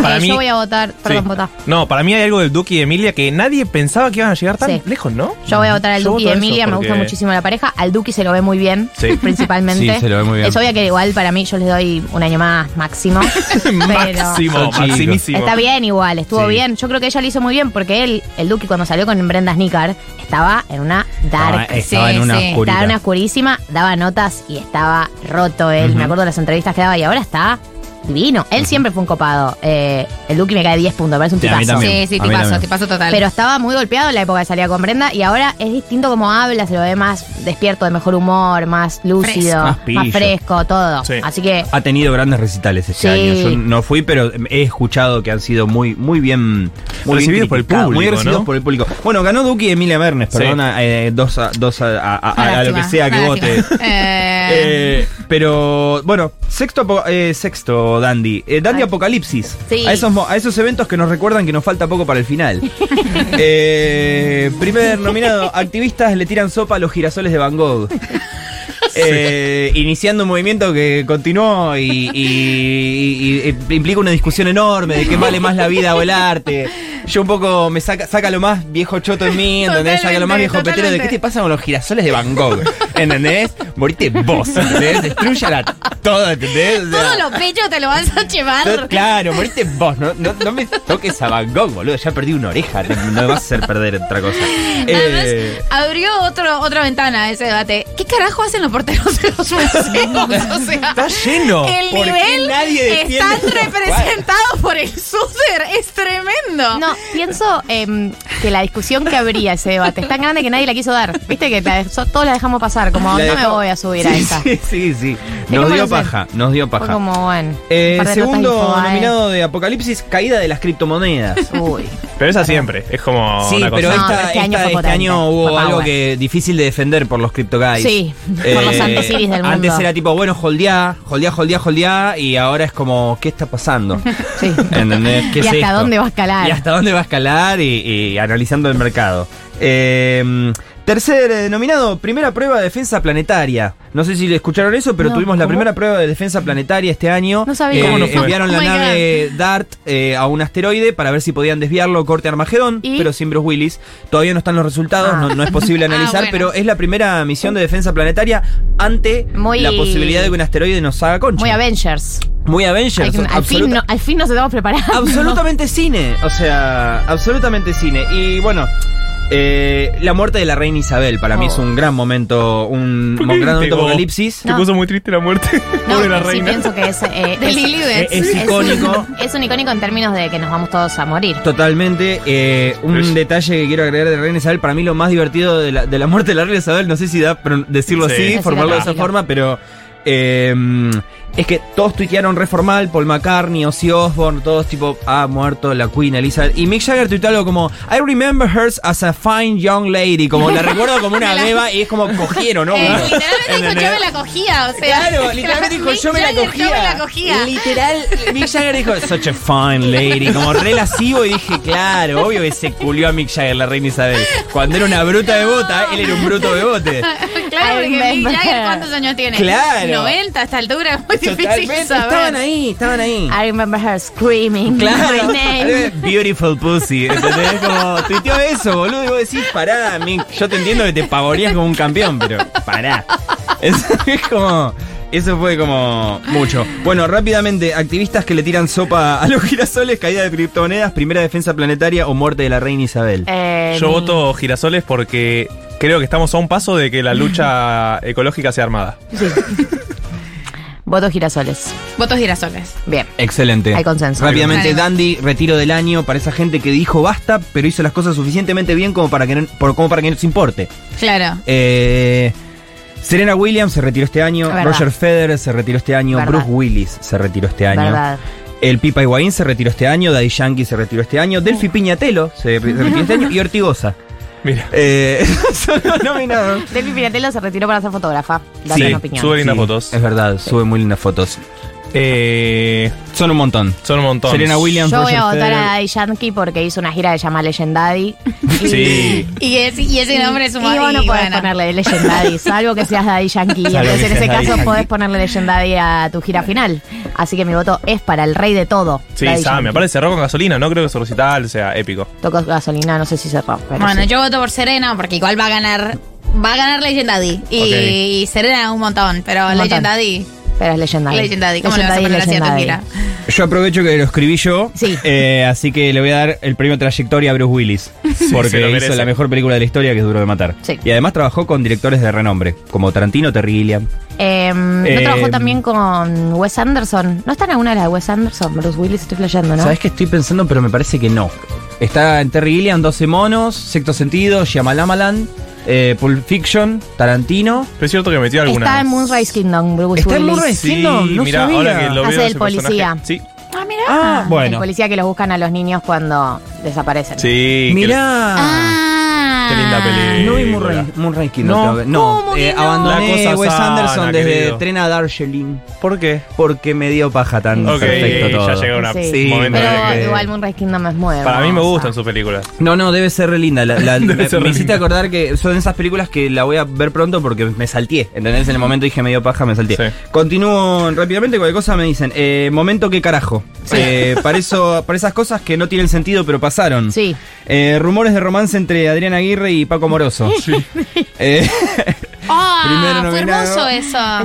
[SPEAKER 2] para
[SPEAKER 1] Eh, *laughs*
[SPEAKER 2] mí.
[SPEAKER 1] Yo voy a votar, perdón,
[SPEAKER 2] sí.
[SPEAKER 1] votá.
[SPEAKER 2] No, para mí hay algo del Duki y Emilia que nadie pensaba que iban a llegar tan
[SPEAKER 1] Sí.
[SPEAKER 2] lejos, ¿no?
[SPEAKER 1] Yo voy a votar al
[SPEAKER 2] Yo
[SPEAKER 1] Duki y
[SPEAKER 2] voto eso
[SPEAKER 1] Emilia, me
[SPEAKER 2] porque-
[SPEAKER 1] gusta
[SPEAKER 2] *laughs*
[SPEAKER 1] muchísimo la pareja. Al Duki se lo ve muy bien, *laughs*
[SPEAKER 2] Sí.
[SPEAKER 1] principalmente.
[SPEAKER 3] Sí, se lo ve muy bien.
[SPEAKER 1] Es obvio que igual para mí yo les doy un año más
[SPEAKER 3] *laughs*
[SPEAKER 1] máximo. pero
[SPEAKER 2] Máximo,
[SPEAKER 3] Son chicos.
[SPEAKER 2] maximísimo.
[SPEAKER 1] está bien igual, estuvo
[SPEAKER 3] Sí.
[SPEAKER 1] bien. Yo creo que ella lo hizo muy bien porque él, el Duki cuando salió con Brenda Snicker, estaba en una dark.
[SPEAKER 3] Estaba, estaba
[SPEAKER 4] Sí,
[SPEAKER 3] en una
[SPEAKER 4] sí.
[SPEAKER 3] oscurita.
[SPEAKER 1] Estaba en una oscurísima, daba notas y estaba roto él. Me acuerdo de las entrevistas que daba y ahora está divino. Él siempre fue un copado. Eh, el Duki me cae 10 puntos, me parece un
[SPEAKER 3] Sí, a mí
[SPEAKER 1] tipazo.
[SPEAKER 3] también.
[SPEAKER 4] Sí, sí,
[SPEAKER 3] A
[SPEAKER 4] te
[SPEAKER 3] mí
[SPEAKER 4] paso,
[SPEAKER 3] también.
[SPEAKER 4] te paso total.
[SPEAKER 1] Pero estaba muy golpeado en la época que salía con Brenda y ahora es distinto como habla, se lo ve más despierto, de mejor humor, más lúcido,
[SPEAKER 3] Más pillo.
[SPEAKER 1] más fresco, todo.
[SPEAKER 2] Sí.
[SPEAKER 1] Así que
[SPEAKER 3] Ha tenido grandes recitales
[SPEAKER 1] Sí.
[SPEAKER 3] este año. Yo no fui, pero he escuchado que han sido muy, muy bien. Muy bien
[SPEAKER 2] Recibidos por el
[SPEAKER 3] criticados, Muy
[SPEAKER 2] público,
[SPEAKER 3] recibidos
[SPEAKER 2] ¿no?
[SPEAKER 3] por el público. Bueno, ganó Duki y Emilia Mernes,
[SPEAKER 2] Sí.
[SPEAKER 3] perdona, eh, dos, a, dos a, a- a-
[SPEAKER 4] Una
[SPEAKER 3] a lo
[SPEAKER 4] lástima,
[SPEAKER 3] que sea que
[SPEAKER 4] una
[SPEAKER 3] vote.
[SPEAKER 4] lástima. Eh,
[SPEAKER 3] *laughs* Eh, pero bueno, sexto, apo- eh, sexto Dandy. Eh, Dandy
[SPEAKER 1] Ay.
[SPEAKER 3] Apocalipsis.
[SPEAKER 1] Sí.
[SPEAKER 3] A, esos, mo- a esos eventos que nos recuerdan que nos falta poco para el final. Eh, primer nominado, activistas le tiran sopa a los girasoles de Van Gogh. Eh, iniciando un movimiento que continuó y, y- y- y implica una discusión enorme de qué vale más la vida o el arte. Yo un poco me saca, saca lo más viejo choto en mí, ¿entendés? Saca lo más
[SPEAKER 4] Totalmente,
[SPEAKER 3] viejo petero de
[SPEAKER 4] totalmente.
[SPEAKER 3] qué te pasa con los girasoles de Van Gogh, ¿entendés? Morite vos, ¿entendés? Destruyala todo, ¿entendés? O sea,
[SPEAKER 4] todo lo bello te lo vas a
[SPEAKER 3] todo-
[SPEAKER 4] llevar.
[SPEAKER 3] Claro, morite vos, no, no, no me toques a Van Gogh, boludo, ya perdí una oreja, te- no me vas a hacer perder otra cosa.
[SPEAKER 4] Además,
[SPEAKER 3] Eh,
[SPEAKER 4] abrió otro, otra ventana a ese debate. ¿Qué carajo hacen los porteros de los
[SPEAKER 3] *laughs*
[SPEAKER 4] museos? O sea,
[SPEAKER 2] Está lleno.
[SPEAKER 4] el
[SPEAKER 3] ¿Por qué
[SPEAKER 4] nivel
[SPEAKER 3] nadie defiende
[SPEAKER 4] están
[SPEAKER 3] los
[SPEAKER 4] representados por el Suter. Es tremendo.
[SPEAKER 1] No, pienso em, que la discusión que habría ese debate es tan grande que nadie la quiso dar. Viste que la- so- todos la dejamos pasar, como
[SPEAKER 3] la
[SPEAKER 1] no me
[SPEAKER 3] dejamos-
[SPEAKER 1] voy a subir a
[SPEAKER 3] sí,
[SPEAKER 1] esa.
[SPEAKER 3] Sí, sí, sí.
[SPEAKER 1] Dejémoslo
[SPEAKER 3] Nos dio
[SPEAKER 1] ser.
[SPEAKER 3] paja, nos dio
[SPEAKER 1] Fue
[SPEAKER 3] paja.
[SPEAKER 1] como, bueno. un
[SPEAKER 3] Eh,
[SPEAKER 1] par de notas
[SPEAKER 3] segundo
[SPEAKER 1] y fue, eh. Uh.
[SPEAKER 3] nominado de Apocalipsis, caída de las criptomonedas.
[SPEAKER 1] Uy.
[SPEAKER 2] Pero esa siempre. Es como
[SPEAKER 3] Sí,
[SPEAKER 2] una
[SPEAKER 3] pero
[SPEAKER 2] cosa.
[SPEAKER 1] No,
[SPEAKER 3] esta-
[SPEAKER 1] pero este
[SPEAKER 3] esta-
[SPEAKER 1] año fue
[SPEAKER 3] este
[SPEAKER 1] potente.
[SPEAKER 3] año hubo
[SPEAKER 1] Fue power.
[SPEAKER 3] algo que difícil de defender por los crypto guys. *laughs* Eh,
[SPEAKER 1] Sí, por los anticiris del mundo.
[SPEAKER 3] Antes era tipo, bueno, holdeá, holdeá, holdeá, holdeá, y ahora es como, ¿qué está pasando?
[SPEAKER 1] *laughs* Sí.
[SPEAKER 3] ¿Entendés? ¿Qué
[SPEAKER 1] ¿Y
[SPEAKER 3] es
[SPEAKER 1] hasta
[SPEAKER 3] esto?
[SPEAKER 1] dónde va a escalar?
[SPEAKER 3] Y hasta dónde va a escalar y, y analizando el mercado. Eh, tercer eh, nominado, primera prueba de defensa planetaria. No sé si le escucharon eso, pero
[SPEAKER 1] No,
[SPEAKER 3] tuvimos la
[SPEAKER 1] ¿cómo?
[SPEAKER 3] primera prueba de defensa planetaria este año.
[SPEAKER 1] No sabía. ¿Cómo
[SPEAKER 2] no fue?
[SPEAKER 3] enviaron
[SPEAKER 4] Oh
[SPEAKER 3] la
[SPEAKER 4] my
[SPEAKER 3] nave DART eh, a un asteroide para ver si podían desviarlo corte Armagedón,
[SPEAKER 1] ¿Y?
[SPEAKER 3] pero sin Bruce Willis. Todavía no están los resultados,
[SPEAKER 1] Ah.
[SPEAKER 3] no, no es
[SPEAKER 1] *laughs*
[SPEAKER 3] posible
[SPEAKER 4] Ah,
[SPEAKER 3] analizar,
[SPEAKER 4] bueno.
[SPEAKER 3] pero es la primera misión de defensa planetaria ante
[SPEAKER 1] Muy-
[SPEAKER 3] la posibilidad de que un asteroide nos haga concha.
[SPEAKER 1] Muy Avengers.
[SPEAKER 3] Muy Avengers.
[SPEAKER 1] Hay que- al,
[SPEAKER 3] absoluta-
[SPEAKER 1] fin, no- *laughs* al fin nos estamos preparando.
[SPEAKER 3] Absolutamente cine. O sea, absolutamente cine. Y bueno. eh, la muerte de la reina Isabel para mí
[SPEAKER 1] Oh.
[SPEAKER 3] es un gran momento, un,
[SPEAKER 2] ¿Por
[SPEAKER 3] un
[SPEAKER 2] qué
[SPEAKER 3] gran momento
[SPEAKER 2] pegó?
[SPEAKER 3] apocalipsis.
[SPEAKER 2] Te
[SPEAKER 1] No.
[SPEAKER 2] puso muy triste la muerte *laughs*
[SPEAKER 1] No,
[SPEAKER 2] de la
[SPEAKER 1] sí
[SPEAKER 2] reina.
[SPEAKER 1] pienso que es... eh,
[SPEAKER 4] De
[SPEAKER 1] es-
[SPEAKER 4] Lily
[SPEAKER 3] *laughs* Es,
[SPEAKER 4] Betts.
[SPEAKER 3] es icónico,
[SPEAKER 1] Es un icónico en términos de que nos vamos todos a morir.
[SPEAKER 3] totalmente. eh, un
[SPEAKER 2] Sí.
[SPEAKER 3] detalle que quiero agregar de reina Isabel, para mí lo más divertido de la, de la muerte de la reina Isabel, no sé si da pero decirlo
[SPEAKER 2] Sí.
[SPEAKER 3] así,
[SPEAKER 1] Decirlo
[SPEAKER 3] formarlo de esa
[SPEAKER 1] tranquilo.
[SPEAKER 3] forma, pero eh, es que todos tuitearon reformal, Paul McCartney, Ozzy Osbourne, todos tipo, ah, muerto la Queen Elizabeth. Y Mick Jagger tuiteó algo como, I remember her as a fine young lady, como la recuerdo como una beba y es como cogieron, ¿no?
[SPEAKER 4] *laughs* Eh, literalmente dijo, yo me la cogía, o sea. *laughs*
[SPEAKER 3] Claro, literalmente dijo,
[SPEAKER 4] Mick
[SPEAKER 3] yo me la
[SPEAKER 4] Jagger,
[SPEAKER 3] cogía.
[SPEAKER 4] Yo me la cogía.
[SPEAKER 3] Literal,
[SPEAKER 4] *laughs*
[SPEAKER 3] Mick Jagger dijo, such a fine lady. Como re lascivo y dije, claro, obvio que se culió a Mick Jagger, la reina Isabel. Cuando era una bruta de bota, él era un
[SPEAKER 4] *laughs*
[SPEAKER 3] bruto de bote.
[SPEAKER 4] Claro,
[SPEAKER 1] I
[SPEAKER 4] porque Mick
[SPEAKER 1] remember.
[SPEAKER 4] Jagger, ¿cuántos años tiene?
[SPEAKER 3] Claro.
[SPEAKER 4] 90 a esta altura, es muy difícil saber.
[SPEAKER 3] Estaban ahí, estaban ahí.
[SPEAKER 1] I remember her screaming
[SPEAKER 3] *laughs* Claro,
[SPEAKER 1] my name.
[SPEAKER 3] beautiful pussy. ¿Entendés? Como tuiteó eso, boludo. Y vos decís, pará, Mick. Yo te entiendo que te pavorías como un campeón, pero pará. Es, es como. Eso fue como mucho. Bueno, rápidamente, activistas que le tiran sopa a los girasoles, caída de criptomonedas, primera defensa planetaria o muerte de la reina Isabel.
[SPEAKER 1] Em,
[SPEAKER 4] Eh,
[SPEAKER 2] Yo
[SPEAKER 3] Em.
[SPEAKER 4] ni-
[SPEAKER 2] voto girasoles porque creo que estamos a un paso de que la
[SPEAKER 3] *laughs*
[SPEAKER 2] lucha ecológica sea armada.
[SPEAKER 1] Voto girasoles.
[SPEAKER 4] Votos girasoles.
[SPEAKER 1] Bien.
[SPEAKER 3] Excelente.
[SPEAKER 1] Hay consenso.
[SPEAKER 3] Rápidamente,
[SPEAKER 4] Claro.
[SPEAKER 3] Dandy, retiro del año para esa gente que dijo basta, pero hizo las cosas suficientemente bien como para que no, por- como para que no se importe.
[SPEAKER 4] Claro.
[SPEAKER 3] Eh, Serena Williams se retiró este año,
[SPEAKER 1] Verdad.
[SPEAKER 3] Roger Federer se retiró este año,
[SPEAKER 1] Verdad.
[SPEAKER 3] Bruce Willis se retiró este año.
[SPEAKER 1] Verdad.
[SPEAKER 3] El Pipa Higuaín se retiró este año, Daddy Yankee se retiró este año, Delphi Piñatelo se, re- se retiró este año y Ortigosa.
[SPEAKER 2] Mira.
[SPEAKER 3] Eh, *laughs* son los nominados.
[SPEAKER 1] Delphi Piratelo se retiró para ser fotógrafa. Date
[SPEAKER 2] Sí,
[SPEAKER 1] una opinión.
[SPEAKER 2] sube lindas
[SPEAKER 3] Sí,
[SPEAKER 2] fotos.
[SPEAKER 3] Es verdad, sube muy lindas fotos.
[SPEAKER 2] Eh,
[SPEAKER 3] Son un montón.
[SPEAKER 2] son un montón.
[SPEAKER 3] Serena Williams,
[SPEAKER 1] Yo voy
[SPEAKER 3] Roger
[SPEAKER 1] a votar
[SPEAKER 3] Federer.
[SPEAKER 1] a Daddy Yankee porque hizo una gira de llamar Legendaddy.
[SPEAKER 2] Sí.
[SPEAKER 4] Y, es- y ese nombre es un
[SPEAKER 1] Y vos no podés
[SPEAKER 4] y bueno.
[SPEAKER 1] ponerle
[SPEAKER 4] *laughs*
[SPEAKER 1] Legendaddy, salvo que seas Daddy Yankee.
[SPEAKER 3] Salvo
[SPEAKER 1] Entonces,
[SPEAKER 3] que
[SPEAKER 1] en ese
[SPEAKER 3] seas Daddy
[SPEAKER 1] caso,
[SPEAKER 3] Yankee.
[SPEAKER 1] podés ponerle Legendaddy a tu gira final. Así que mi voto es para el rey de todo.
[SPEAKER 2] Sí,
[SPEAKER 1] Daddy
[SPEAKER 2] Sam, me
[SPEAKER 1] Yankee.
[SPEAKER 2] parece cerró con gasolina, no creo que su recital sea épico.
[SPEAKER 1] Tocó gasolina, no sé si cerró. pero
[SPEAKER 4] Bueno,
[SPEAKER 1] sí.
[SPEAKER 4] yo voto por Serena porque igual va a ganar. Va a ganar Legendaddy. Y,
[SPEAKER 2] Ok.
[SPEAKER 4] y Serena un montón, pero
[SPEAKER 1] Un montón.
[SPEAKER 4] Legendaddy.
[SPEAKER 1] Pero es Legendaddy.
[SPEAKER 4] Legendaddy, ¿cómo le vas a poner así a tu gira?
[SPEAKER 3] Yo aprovecho que lo escribí yo,
[SPEAKER 1] Sí.
[SPEAKER 3] eh, así que le voy a dar el premio trayectoria a Bruce Willis,
[SPEAKER 2] se lo
[SPEAKER 3] porque hizo
[SPEAKER 2] merece.
[SPEAKER 3] la mejor película de la historia que es Duro de Matar.
[SPEAKER 1] Sí.
[SPEAKER 3] Y además trabajó con directores de renombre, como Tarantino, Terry Gilliam.
[SPEAKER 1] Eh, ¿No
[SPEAKER 3] Eh,
[SPEAKER 1] trabajó también con Wes Anderson? ¿No está en alguna de las de Wes Anderson? Bruce Willis, estoy flasheando, ¿no?
[SPEAKER 3] ¿Sabes qué estoy pensando? Pero me parece que no. Está en Terry Gilliam, 12 monos, Sexto Sentido, Shyamalamalan, eh, Pulp Fiction, Tarantino.
[SPEAKER 2] Pero es cierto que metió alguna.
[SPEAKER 1] Está en Moonrise Kingdom, Bruce
[SPEAKER 3] ¿Está en
[SPEAKER 1] Willis.
[SPEAKER 3] Moonrise
[SPEAKER 2] Sí,
[SPEAKER 3] Kingdom, no
[SPEAKER 2] mira,
[SPEAKER 3] sabía.
[SPEAKER 2] ahora que lo veo
[SPEAKER 1] Hace del
[SPEAKER 2] ese personaje.
[SPEAKER 1] policía.
[SPEAKER 2] Sí.
[SPEAKER 4] Ah, mira.
[SPEAKER 3] Ah,
[SPEAKER 1] El
[SPEAKER 3] bueno.
[SPEAKER 1] policía que los buscan a los niños cuando desaparecen.
[SPEAKER 2] Sí. que-
[SPEAKER 3] Mirá.
[SPEAKER 4] Ah.
[SPEAKER 2] Qué linda peli.
[SPEAKER 3] No vi
[SPEAKER 2] Moonrise-
[SPEAKER 3] Moonrise, Kingdom.
[SPEAKER 2] Kingdom, tengo
[SPEAKER 3] No,
[SPEAKER 2] que-
[SPEAKER 3] no eh, abandoné
[SPEAKER 2] La cosa
[SPEAKER 3] Wes
[SPEAKER 2] sana,
[SPEAKER 3] Anderson desde
[SPEAKER 2] querido.
[SPEAKER 3] Tren a Darjeeling
[SPEAKER 2] ¿Por qué?
[SPEAKER 3] porque me dio paja tan
[SPEAKER 2] Ok,
[SPEAKER 3] perfecto todo.
[SPEAKER 2] ya llegó una
[SPEAKER 1] Sí.
[SPEAKER 3] Sí,
[SPEAKER 2] momento
[SPEAKER 1] Pero
[SPEAKER 2] de que-
[SPEAKER 1] igual Moonrise Kingdom es muy
[SPEAKER 2] Para mí me
[SPEAKER 1] hermosa.
[SPEAKER 2] gustan sus películas.
[SPEAKER 3] No, no, debe ser re linda.
[SPEAKER 2] *laughs*
[SPEAKER 3] La, la-
[SPEAKER 2] Debe
[SPEAKER 3] me
[SPEAKER 2] ser
[SPEAKER 3] me
[SPEAKER 2] re
[SPEAKER 3] hiciste
[SPEAKER 2] linda.
[SPEAKER 3] acordar que son esas películas que la voy a ver pronto porque me salté. ¿Entendés? En el momento dije medio paja, me salté.
[SPEAKER 2] Sí.
[SPEAKER 3] Continúo rápidamente, cualquier cosa me dicen. eh, momento que carajo.
[SPEAKER 2] *laughs*
[SPEAKER 3] Eh, para, eso, para esas cosas que no tienen sentido pero pasaron.
[SPEAKER 1] Sí.
[SPEAKER 3] Eh, rumores de romance entre Adrián Aguirre y Paco Moroso. Eh,
[SPEAKER 4] Ah,
[SPEAKER 3] Primero
[SPEAKER 4] fue hermoso
[SPEAKER 3] nominado.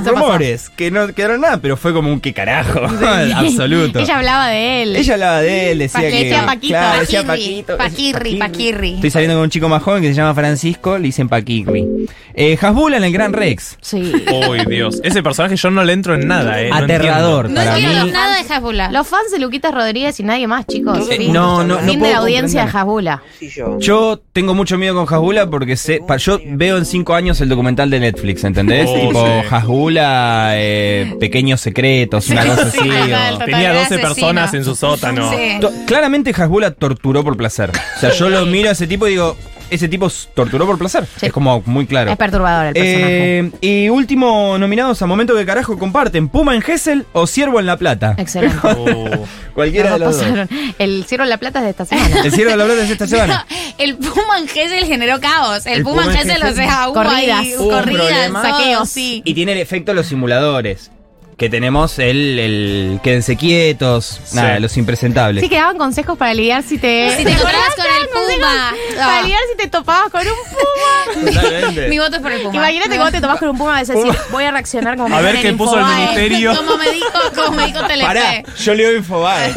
[SPEAKER 4] eso.
[SPEAKER 3] rumores que no quedaron nada, pero fue como un que carajo. *laughs* Absoluto.
[SPEAKER 1] Ella hablaba de él.
[SPEAKER 3] Ella hablaba de él, decía
[SPEAKER 4] Paquirri,
[SPEAKER 3] que.
[SPEAKER 4] decía Paquito.
[SPEAKER 3] claro, decía
[SPEAKER 4] Paquirri,
[SPEAKER 3] Paquito.
[SPEAKER 4] Paquirri, Paquirri.
[SPEAKER 3] Estoy saliendo con un chico más joven que se llama Francisco, le dicen Paquirri. Eh, Hasbula en el Gran Rex.
[SPEAKER 1] Sí.
[SPEAKER 3] Oh.
[SPEAKER 2] Uy, Dios. Ese personaje yo no le entro en nada, eh. no
[SPEAKER 3] Aterrador
[SPEAKER 4] No
[SPEAKER 3] para
[SPEAKER 4] entiendo
[SPEAKER 3] mí.
[SPEAKER 4] nada de Hasbula.
[SPEAKER 1] Los fans de Luquitas Rodríguez y nadie más, chicos.
[SPEAKER 3] Eh,
[SPEAKER 1] Fin.
[SPEAKER 3] no, no, no
[SPEAKER 1] Fin de
[SPEAKER 3] puedo
[SPEAKER 1] la audiencia de
[SPEAKER 3] comprender.
[SPEAKER 1] Jabula.
[SPEAKER 3] Yo tengo mucho miedo con Hasbula porque sé, pa- yo veo en cinco años el documental de Netflix, ¿entendés?
[SPEAKER 2] Oh,
[SPEAKER 3] tipo
[SPEAKER 2] sí.
[SPEAKER 3] Hasbula, eh, Pequeños Secretos, una cosa así.
[SPEAKER 4] sí,
[SPEAKER 3] o-
[SPEAKER 4] total, total.
[SPEAKER 2] Tenía 12
[SPEAKER 4] Asesino.
[SPEAKER 2] personas en su sótano.
[SPEAKER 4] Sí.
[SPEAKER 3] To-
[SPEAKER 1] Eh.
[SPEAKER 3] Claramente Hasbula torturó por placer. O sea, yo
[SPEAKER 1] *laughs*
[SPEAKER 3] lo miro a ese tipo y digo, ese tipo s- torturó por placer.
[SPEAKER 1] Sí.
[SPEAKER 3] Es como muy claro.
[SPEAKER 1] Es perturbador el personaje.
[SPEAKER 3] Eh, y último nominados a momento que carajo comparten, Puma en Gessel o Ciervo en La Plata. *laughs*
[SPEAKER 1] Excelente.
[SPEAKER 2] Uh,
[SPEAKER 3] Cualquiera de
[SPEAKER 1] Los
[SPEAKER 3] los
[SPEAKER 1] dos
[SPEAKER 3] dos.
[SPEAKER 1] pasaron. El Cierro de la Plata es de esta
[SPEAKER 3] *laughs*
[SPEAKER 1] semana.
[SPEAKER 3] El Ciervo de La Plata es
[SPEAKER 1] *laughs*
[SPEAKER 3] esta semana.
[SPEAKER 4] El Puma en Gesell generó caos. El,
[SPEAKER 3] El
[SPEAKER 4] Puma en
[SPEAKER 3] Puma en
[SPEAKER 4] Gesell, o
[SPEAKER 3] Gesell-
[SPEAKER 4] sea, hubo
[SPEAKER 1] Corridas.
[SPEAKER 4] ahí
[SPEAKER 1] Hubo
[SPEAKER 3] un
[SPEAKER 4] corridas,
[SPEAKER 3] problema.
[SPEAKER 4] saqueos.
[SPEAKER 1] Saqueos.
[SPEAKER 4] Sí.
[SPEAKER 3] Y tiene el efecto de los simuladores. Que tenemos el, el quédense quietos, nada, los impresentables.
[SPEAKER 1] Sí, que daban consejos para lidiar si te. Ah,
[SPEAKER 4] Si
[SPEAKER 1] *laughs*
[SPEAKER 4] te encontrabas con el Puma.
[SPEAKER 1] Para
[SPEAKER 4] Ah.
[SPEAKER 1] lidiar si te topabas con un puma. *laughs*
[SPEAKER 4] Mi voto es por el Puma.
[SPEAKER 1] Imagínate cómo te topas con un puma, vas a decir, voy a reaccionar como me
[SPEAKER 2] A ver
[SPEAKER 1] ponen en
[SPEAKER 2] qué puso el
[SPEAKER 1] Infobae.
[SPEAKER 2] ministerio.
[SPEAKER 4] *laughs* Como me dijo, como me dijo Telefe.
[SPEAKER 3] Pará, yo leo
[SPEAKER 1] *laughs*
[SPEAKER 3] Infobae.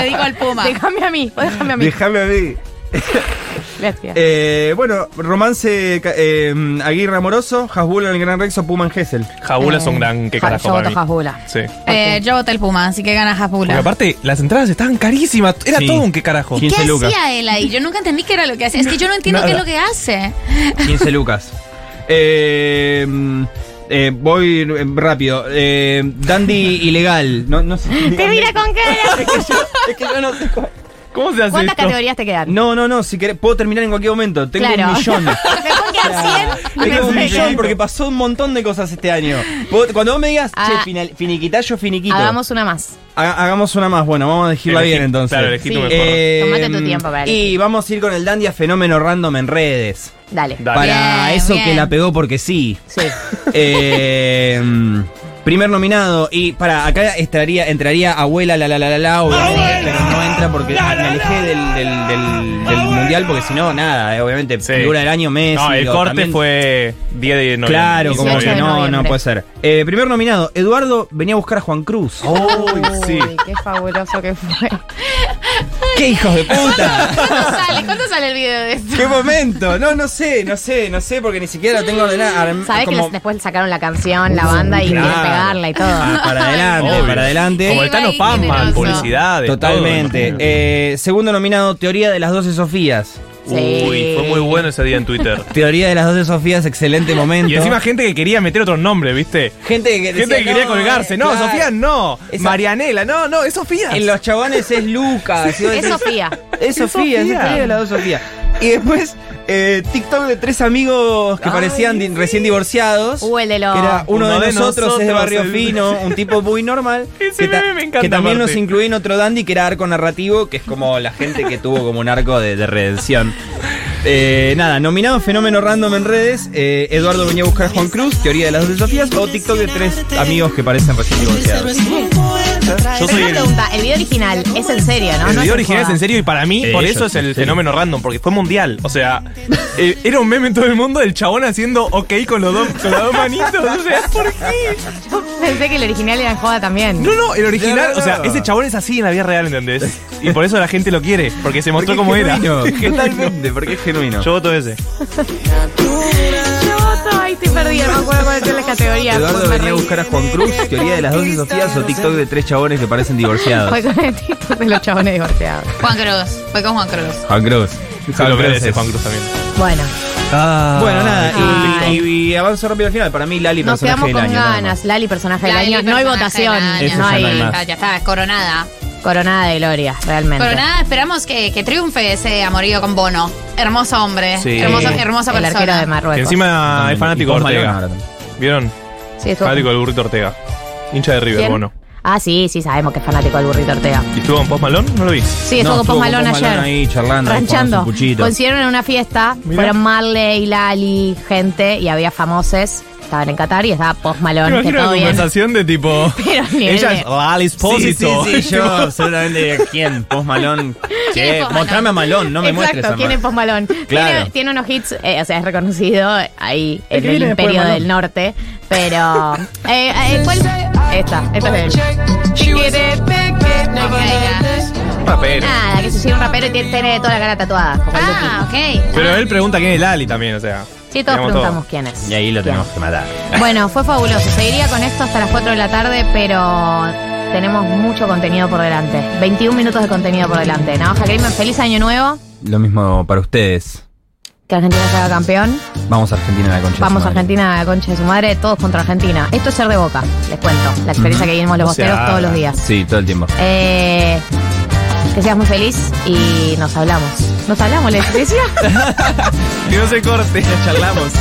[SPEAKER 4] Le digo al Puma.
[SPEAKER 1] Déjame a mí, o déjame a mí.
[SPEAKER 3] Déjame a mí.
[SPEAKER 1] Gracias.
[SPEAKER 3] Eh, bueno, romance ca- eh, Aguirre Amoroso, Hasbula en el Gran Rex o Puma en Gessel.
[SPEAKER 2] Jabula es un
[SPEAKER 1] Eh,
[SPEAKER 2] gran que
[SPEAKER 1] ja-
[SPEAKER 2] carajo
[SPEAKER 1] Yo
[SPEAKER 2] para
[SPEAKER 1] voto
[SPEAKER 2] mí.
[SPEAKER 1] Jabula.
[SPEAKER 2] Sí.
[SPEAKER 4] Eh, yo voté el Puma, así que gana
[SPEAKER 2] Porque
[SPEAKER 4] Hasbula.
[SPEAKER 2] aparte, las entradas estaban carísimas. Era
[SPEAKER 3] Sí.
[SPEAKER 2] todo un que carajo.
[SPEAKER 3] Sí.
[SPEAKER 4] ¿Qué
[SPEAKER 3] 15 lucas.
[SPEAKER 4] hacía él ahí? Yo nunca entendí qué era lo que hacía. Es que yo no entiendo qué es lo que hace.
[SPEAKER 3] 15 lucas. Eh, mm, eh, voy eh, rápido. Eh, Dandy ilegal. No, no sé.
[SPEAKER 1] Te
[SPEAKER 3] díganme.
[SPEAKER 1] mira con cara.
[SPEAKER 3] Es que yo no sé cuál.
[SPEAKER 2] ¿Cómo se hace
[SPEAKER 1] ¿Cuántas
[SPEAKER 2] esto?
[SPEAKER 1] categorías te quedan?
[SPEAKER 3] No, no, no, si querés, puedo terminar en cualquier momento. Tengo
[SPEAKER 1] Claro. *laughs*
[SPEAKER 3] un millón.
[SPEAKER 1] Mejor que a 100 y me
[SPEAKER 3] Tengo un
[SPEAKER 1] voy.
[SPEAKER 3] millón porque pasó un montón de cosas este año. Vos- Cuando vos me digas, che,
[SPEAKER 1] Ah.
[SPEAKER 3] final, finiquitá, yo finiquito.
[SPEAKER 1] Hagamos una más.
[SPEAKER 3] Ha- hagamos una más, bueno, vamos a elegirla
[SPEAKER 2] Elegí-
[SPEAKER 3] bien entonces.
[SPEAKER 2] claro, elegí tu
[SPEAKER 1] Sí.
[SPEAKER 2] mejor.
[SPEAKER 3] Eh,
[SPEAKER 1] Tomate tu tiempo para
[SPEAKER 3] Y
[SPEAKER 1] elegir.
[SPEAKER 3] vamos a ir con el Dandy a fenómeno random en redes.
[SPEAKER 1] Dale.
[SPEAKER 2] Dale.
[SPEAKER 3] Para
[SPEAKER 4] Bien,
[SPEAKER 3] eso
[SPEAKER 1] *laughs*
[SPEAKER 4] bien.
[SPEAKER 3] que la pegó porque sí.
[SPEAKER 1] Sí.
[SPEAKER 3] Eh, Primer nominado. Y para, acá estaría, entraría abuela la la la la la, obviamente, pero no entra porque me alejé del, del- del- del mundial, porque si no, nada, eh, obviamente,
[SPEAKER 2] Sí.
[SPEAKER 3] figura del año Messi.
[SPEAKER 2] No, el
[SPEAKER 3] digo,
[SPEAKER 2] corte
[SPEAKER 3] también-
[SPEAKER 2] fue 10 de noviembre.
[SPEAKER 3] Claro, como
[SPEAKER 1] 18
[SPEAKER 3] que
[SPEAKER 1] de
[SPEAKER 3] no, no
[SPEAKER 1] noviembre.
[SPEAKER 3] puede ser. Eh, primer nominado, Eduardo venía a buscar a Juan Cruz.
[SPEAKER 2] sí.
[SPEAKER 1] Uy, qué fabuloso que fue.
[SPEAKER 3] ¡Qué hijos de puta!
[SPEAKER 4] ¿Cuándo sale? ¿Cuándo sale el video de esto?
[SPEAKER 3] ¡Qué momento! No, no sé, no sé, no sé, porque ni siquiera lo tengo ordenado. Arm-
[SPEAKER 1] Sabés
[SPEAKER 3] como-
[SPEAKER 1] que les- después sacaron la canción, la banda y
[SPEAKER 3] Claro.
[SPEAKER 1] quieren pegarla y todo.
[SPEAKER 3] Ah,
[SPEAKER 1] *laughs*
[SPEAKER 3] para adelante,
[SPEAKER 2] Obvio.
[SPEAKER 3] para
[SPEAKER 2] Como
[SPEAKER 3] adelante.
[SPEAKER 2] el Tano
[SPEAKER 4] Ibai
[SPEAKER 2] Pampa,
[SPEAKER 4] generoso.
[SPEAKER 2] publicidad.
[SPEAKER 3] Totalmente. Eh, segundo nominado, Teoría de las 12 Sofías.
[SPEAKER 2] Uy, fue muy bueno ese día en Twitter.
[SPEAKER 3] Teoría de las 12 Sofías, excelente momento.
[SPEAKER 2] Y encima gente que quería meter otros nombres, ¿viste?
[SPEAKER 3] gente que,
[SPEAKER 2] Gente que quería colgarse. No, Sofía no.
[SPEAKER 3] Esa-
[SPEAKER 2] Marianela, no, no, es Sofía.
[SPEAKER 3] En los chabones
[SPEAKER 1] *laughs*
[SPEAKER 3] es Lucas. Y vos
[SPEAKER 1] Es
[SPEAKER 3] decís,
[SPEAKER 1] Sofía.
[SPEAKER 3] Es Sofía, es
[SPEAKER 2] Sofía.
[SPEAKER 3] Teoría de las 12 Sofías. Y después, eh, TikTok de tres amigos que parecían di- recién divorciados.
[SPEAKER 1] Uh, el de los-
[SPEAKER 3] Que era uno, de, nosotros, es de Barrio
[SPEAKER 2] el-
[SPEAKER 3] Fino, un tipo muy normal.
[SPEAKER 2] Ese meme me encanta,
[SPEAKER 3] que también
[SPEAKER 2] aparte.
[SPEAKER 3] nos incluía en otro dandy que era arco narrativo, que es como la gente que tuvo como un arco de, de redención. Eh, nada, nominado fenómeno random en redes, eh, Eduardo venía a buscar a Juan Cruz, teoría de las dos Sofías, o TikTok de tres amigos que parecen recién divorciados.
[SPEAKER 2] Yo
[SPEAKER 1] Pero
[SPEAKER 2] soy
[SPEAKER 1] una
[SPEAKER 2] el,
[SPEAKER 1] pregunta, el video original es en serio, ¿no?
[SPEAKER 2] el
[SPEAKER 1] No
[SPEAKER 2] video
[SPEAKER 1] se
[SPEAKER 2] original es
[SPEAKER 1] joda.
[SPEAKER 2] en serio y para mí,
[SPEAKER 3] Sí,
[SPEAKER 2] por
[SPEAKER 3] yo
[SPEAKER 2] eso es
[SPEAKER 3] Eh, sí,
[SPEAKER 2] el
[SPEAKER 3] sí.
[SPEAKER 2] fenómeno random, porque fue mundial. O sea, eh, era un meme en todo el mundo del chabón haciendo ok con los dos, con las dos manitos. O sea, ¿por qué?
[SPEAKER 1] *laughs* Pensé que el original era en joda también.
[SPEAKER 2] No, no, el original,
[SPEAKER 3] No, no,
[SPEAKER 2] o sea,
[SPEAKER 3] no.
[SPEAKER 2] ese chabón es así en la vida real, ¿entendés? Y por eso la gente lo quiere, porque se mostró
[SPEAKER 3] Porque
[SPEAKER 2] como
[SPEAKER 3] es
[SPEAKER 2] era.
[SPEAKER 3] genuino, Totalmente, porque es genuino.
[SPEAKER 2] *laughs* Yo voto ese.
[SPEAKER 1] Yo voto, ahí estoy perdida, no me acuerdo cuáles son las categorías.
[SPEAKER 3] Eduardo
[SPEAKER 1] Pues me
[SPEAKER 3] venía a
[SPEAKER 1] reí.
[SPEAKER 3] buscar a Juan Cruz, teoría de las dos Sofías, o TikTok de tres chabones que parecen
[SPEAKER 1] Fue
[SPEAKER 3] divorciados.
[SPEAKER 1] con el TikTok de los chabones divorciados.
[SPEAKER 4] Juan Cruz. Fue con Juan Cruz.
[SPEAKER 3] Juan Cruz.
[SPEAKER 2] Se lo merece
[SPEAKER 3] es-
[SPEAKER 2] Juan Cruz también.
[SPEAKER 1] Bueno,
[SPEAKER 3] Bueno, nada, y-
[SPEAKER 1] Ay.
[SPEAKER 3] y, y avanzo rápido al final. Para mí, Lali,
[SPEAKER 1] nos
[SPEAKER 3] personaje
[SPEAKER 1] quedamos
[SPEAKER 3] del
[SPEAKER 1] con
[SPEAKER 3] año. nada más.
[SPEAKER 1] ganas. Lali, personaje del
[SPEAKER 4] Lali,
[SPEAKER 1] año. No hay
[SPEAKER 4] personaje del
[SPEAKER 1] votación.
[SPEAKER 4] año.
[SPEAKER 3] Eso
[SPEAKER 1] No
[SPEAKER 3] ya no hay
[SPEAKER 1] hay
[SPEAKER 3] más.
[SPEAKER 4] Ah, Ya está, es coronada.
[SPEAKER 1] coronada de gloria, realmente.
[SPEAKER 4] Coronada, esperamos que, que triunfe ese amorío con Bono. Hermoso hombre.
[SPEAKER 2] Sí.
[SPEAKER 4] Hermoso, hermosa
[SPEAKER 1] Eh, El
[SPEAKER 4] persona.
[SPEAKER 1] arquero de
[SPEAKER 2] Que
[SPEAKER 1] Marruecos.
[SPEAKER 2] encima es fanático
[SPEAKER 3] Y
[SPEAKER 2] de
[SPEAKER 3] Post Malone ahora
[SPEAKER 2] Ortega.
[SPEAKER 3] también.
[SPEAKER 2] ¿Vieron?
[SPEAKER 1] Sí, estuvo-
[SPEAKER 2] Fanático del burrito Ortega. Hincha de River,
[SPEAKER 1] ¿Quién?
[SPEAKER 2] bueno.
[SPEAKER 1] Ah, sí, sí, sabemos que es fanático del burrito Ortega.
[SPEAKER 2] ¿Y estuvo en Post Malone? No lo vi.
[SPEAKER 1] Sí, estuvo
[SPEAKER 3] No,
[SPEAKER 1] con
[SPEAKER 3] estuvo
[SPEAKER 1] Post
[SPEAKER 3] con
[SPEAKER 1] Malone
[SPEAKER 3] Post
[SPEAKER 1] ayer.
[SPEAKER 3] Malone ahí charlando, ahí
[SPEAKER 1] Ranchando.
[SPEAKER 3] fumándose un puchito.
[SPEAKER 1] Consiguieron en una fiesta.
[SPEAKER 2] Mirá.
[SPEAKER 1] Fueron Marley, Lali, gente y había famosos. Estaban en Qatar y estaba Post
[SPEAKER 2] Me
[SPEAKER 1] Malone, que
[SPEAKER 2] imagino una
[SPEAKER 1] todo bien.
[SPEAKER 2] conversación de tipo.
[SPEAKER 1] *laughs* Pero ni
[SPEAKER 2] Ella
[SPEAKER 1] idea.
[SPEAKER 3] oh,
[SPEAKER 2] es Lali
[SPEAKER 3] Sí, sí,
[SPEAKER 2] Espósito.
[SPEAKER 3] sí,
[SPEAKER 2] *laughs*
[SPEAKER 3] yo absolutamente. ¿Quién?
[SPEAKER 1] *laughs*
[SPEAKER 3] Post Malone. Che,
[SPEAKER 4] es Post
[SPEAKER 3] mostrame a Malone, no me muestres
[SPEAKER 1] Exacto,
[SPEAKER 3] a
[SPEAKER 1] tiene
[SPEAKER 3] Malone.
[SPEAKER 1] Post Malone. Tiene,
[SPEAKER 3] *laughs* Claro.
[SPEAKER 1] tiene unos hits, eh, o sea, es reconocido ahí en
[SPEAKER 2] que
[SPEAKER 1] el
[SPEAKER 2] viene después
[SPEAKER 1] Imperio
[SPEAKER 2] de Malone.
[SPEAKER 1] del Norte.
[SPEAKER 2] *laughs*
[SPEAKER 1] Pero. eh, eh, ¿Cuál? Esta, esta es de él.
[SPEAKER 4] Ok, ya.
[SPEAKER 2] Papero.
[SPEAKER 1] Nada, que se hiciera un rapero y tiene, tiene toda la cara tatuada. Como el
[SPEAKER 4] Ah,
[SPEAKER 1] Duki.
[SPEAKER 4] ok.
[SPEAKER 2] Pero él pregunta quién es Lali también, o sea.
[SPEAKER 1] Sí, todos
[SPEAKER 2] digamos
[SPEAKER 1] preguntamos
[SPEAKER 2] todo.
[SPEAKER 1] quién es.
[SPEAKER 3] Y ahí lo
[SPEAKER 1] Quién.
[SPEAKER 3] tenemos que matar.
[SPEAKER 1] Bueno, fue fabuloso. Seguiría con esto hasta las 4 de la tarde, pero tenemos mucho contenido por delante. 21 minutos de contenido por delante. Navaja Crimen, feliz año nuevo.
[SPEAKER 3] Lo mismo para ustedes.
[SPEAKER 1] Que Argentina se haga campeón.
[SPEAKER 3] Vamos a Argentina en la concha.
[SPEAKER 1] Vamos a Argentina, a la concha de su madre. Todos contra Argentina. Esto es ser de boca, les cuento. La experiencia que vivimos los
[SPEAKER 2] No se
[SPEAKER 1] bosteros
[SPEAKER 2] haga.
[SPEAKER 1] todos los días.
[SPEAKER 3] Sí, todo el tiempo.
[SPEAKER 1] Eh, que seas muy feliz y nos hablamos. Nos hablamos, les decía.
[SPEAKER 2] Que no se corte. charlamos.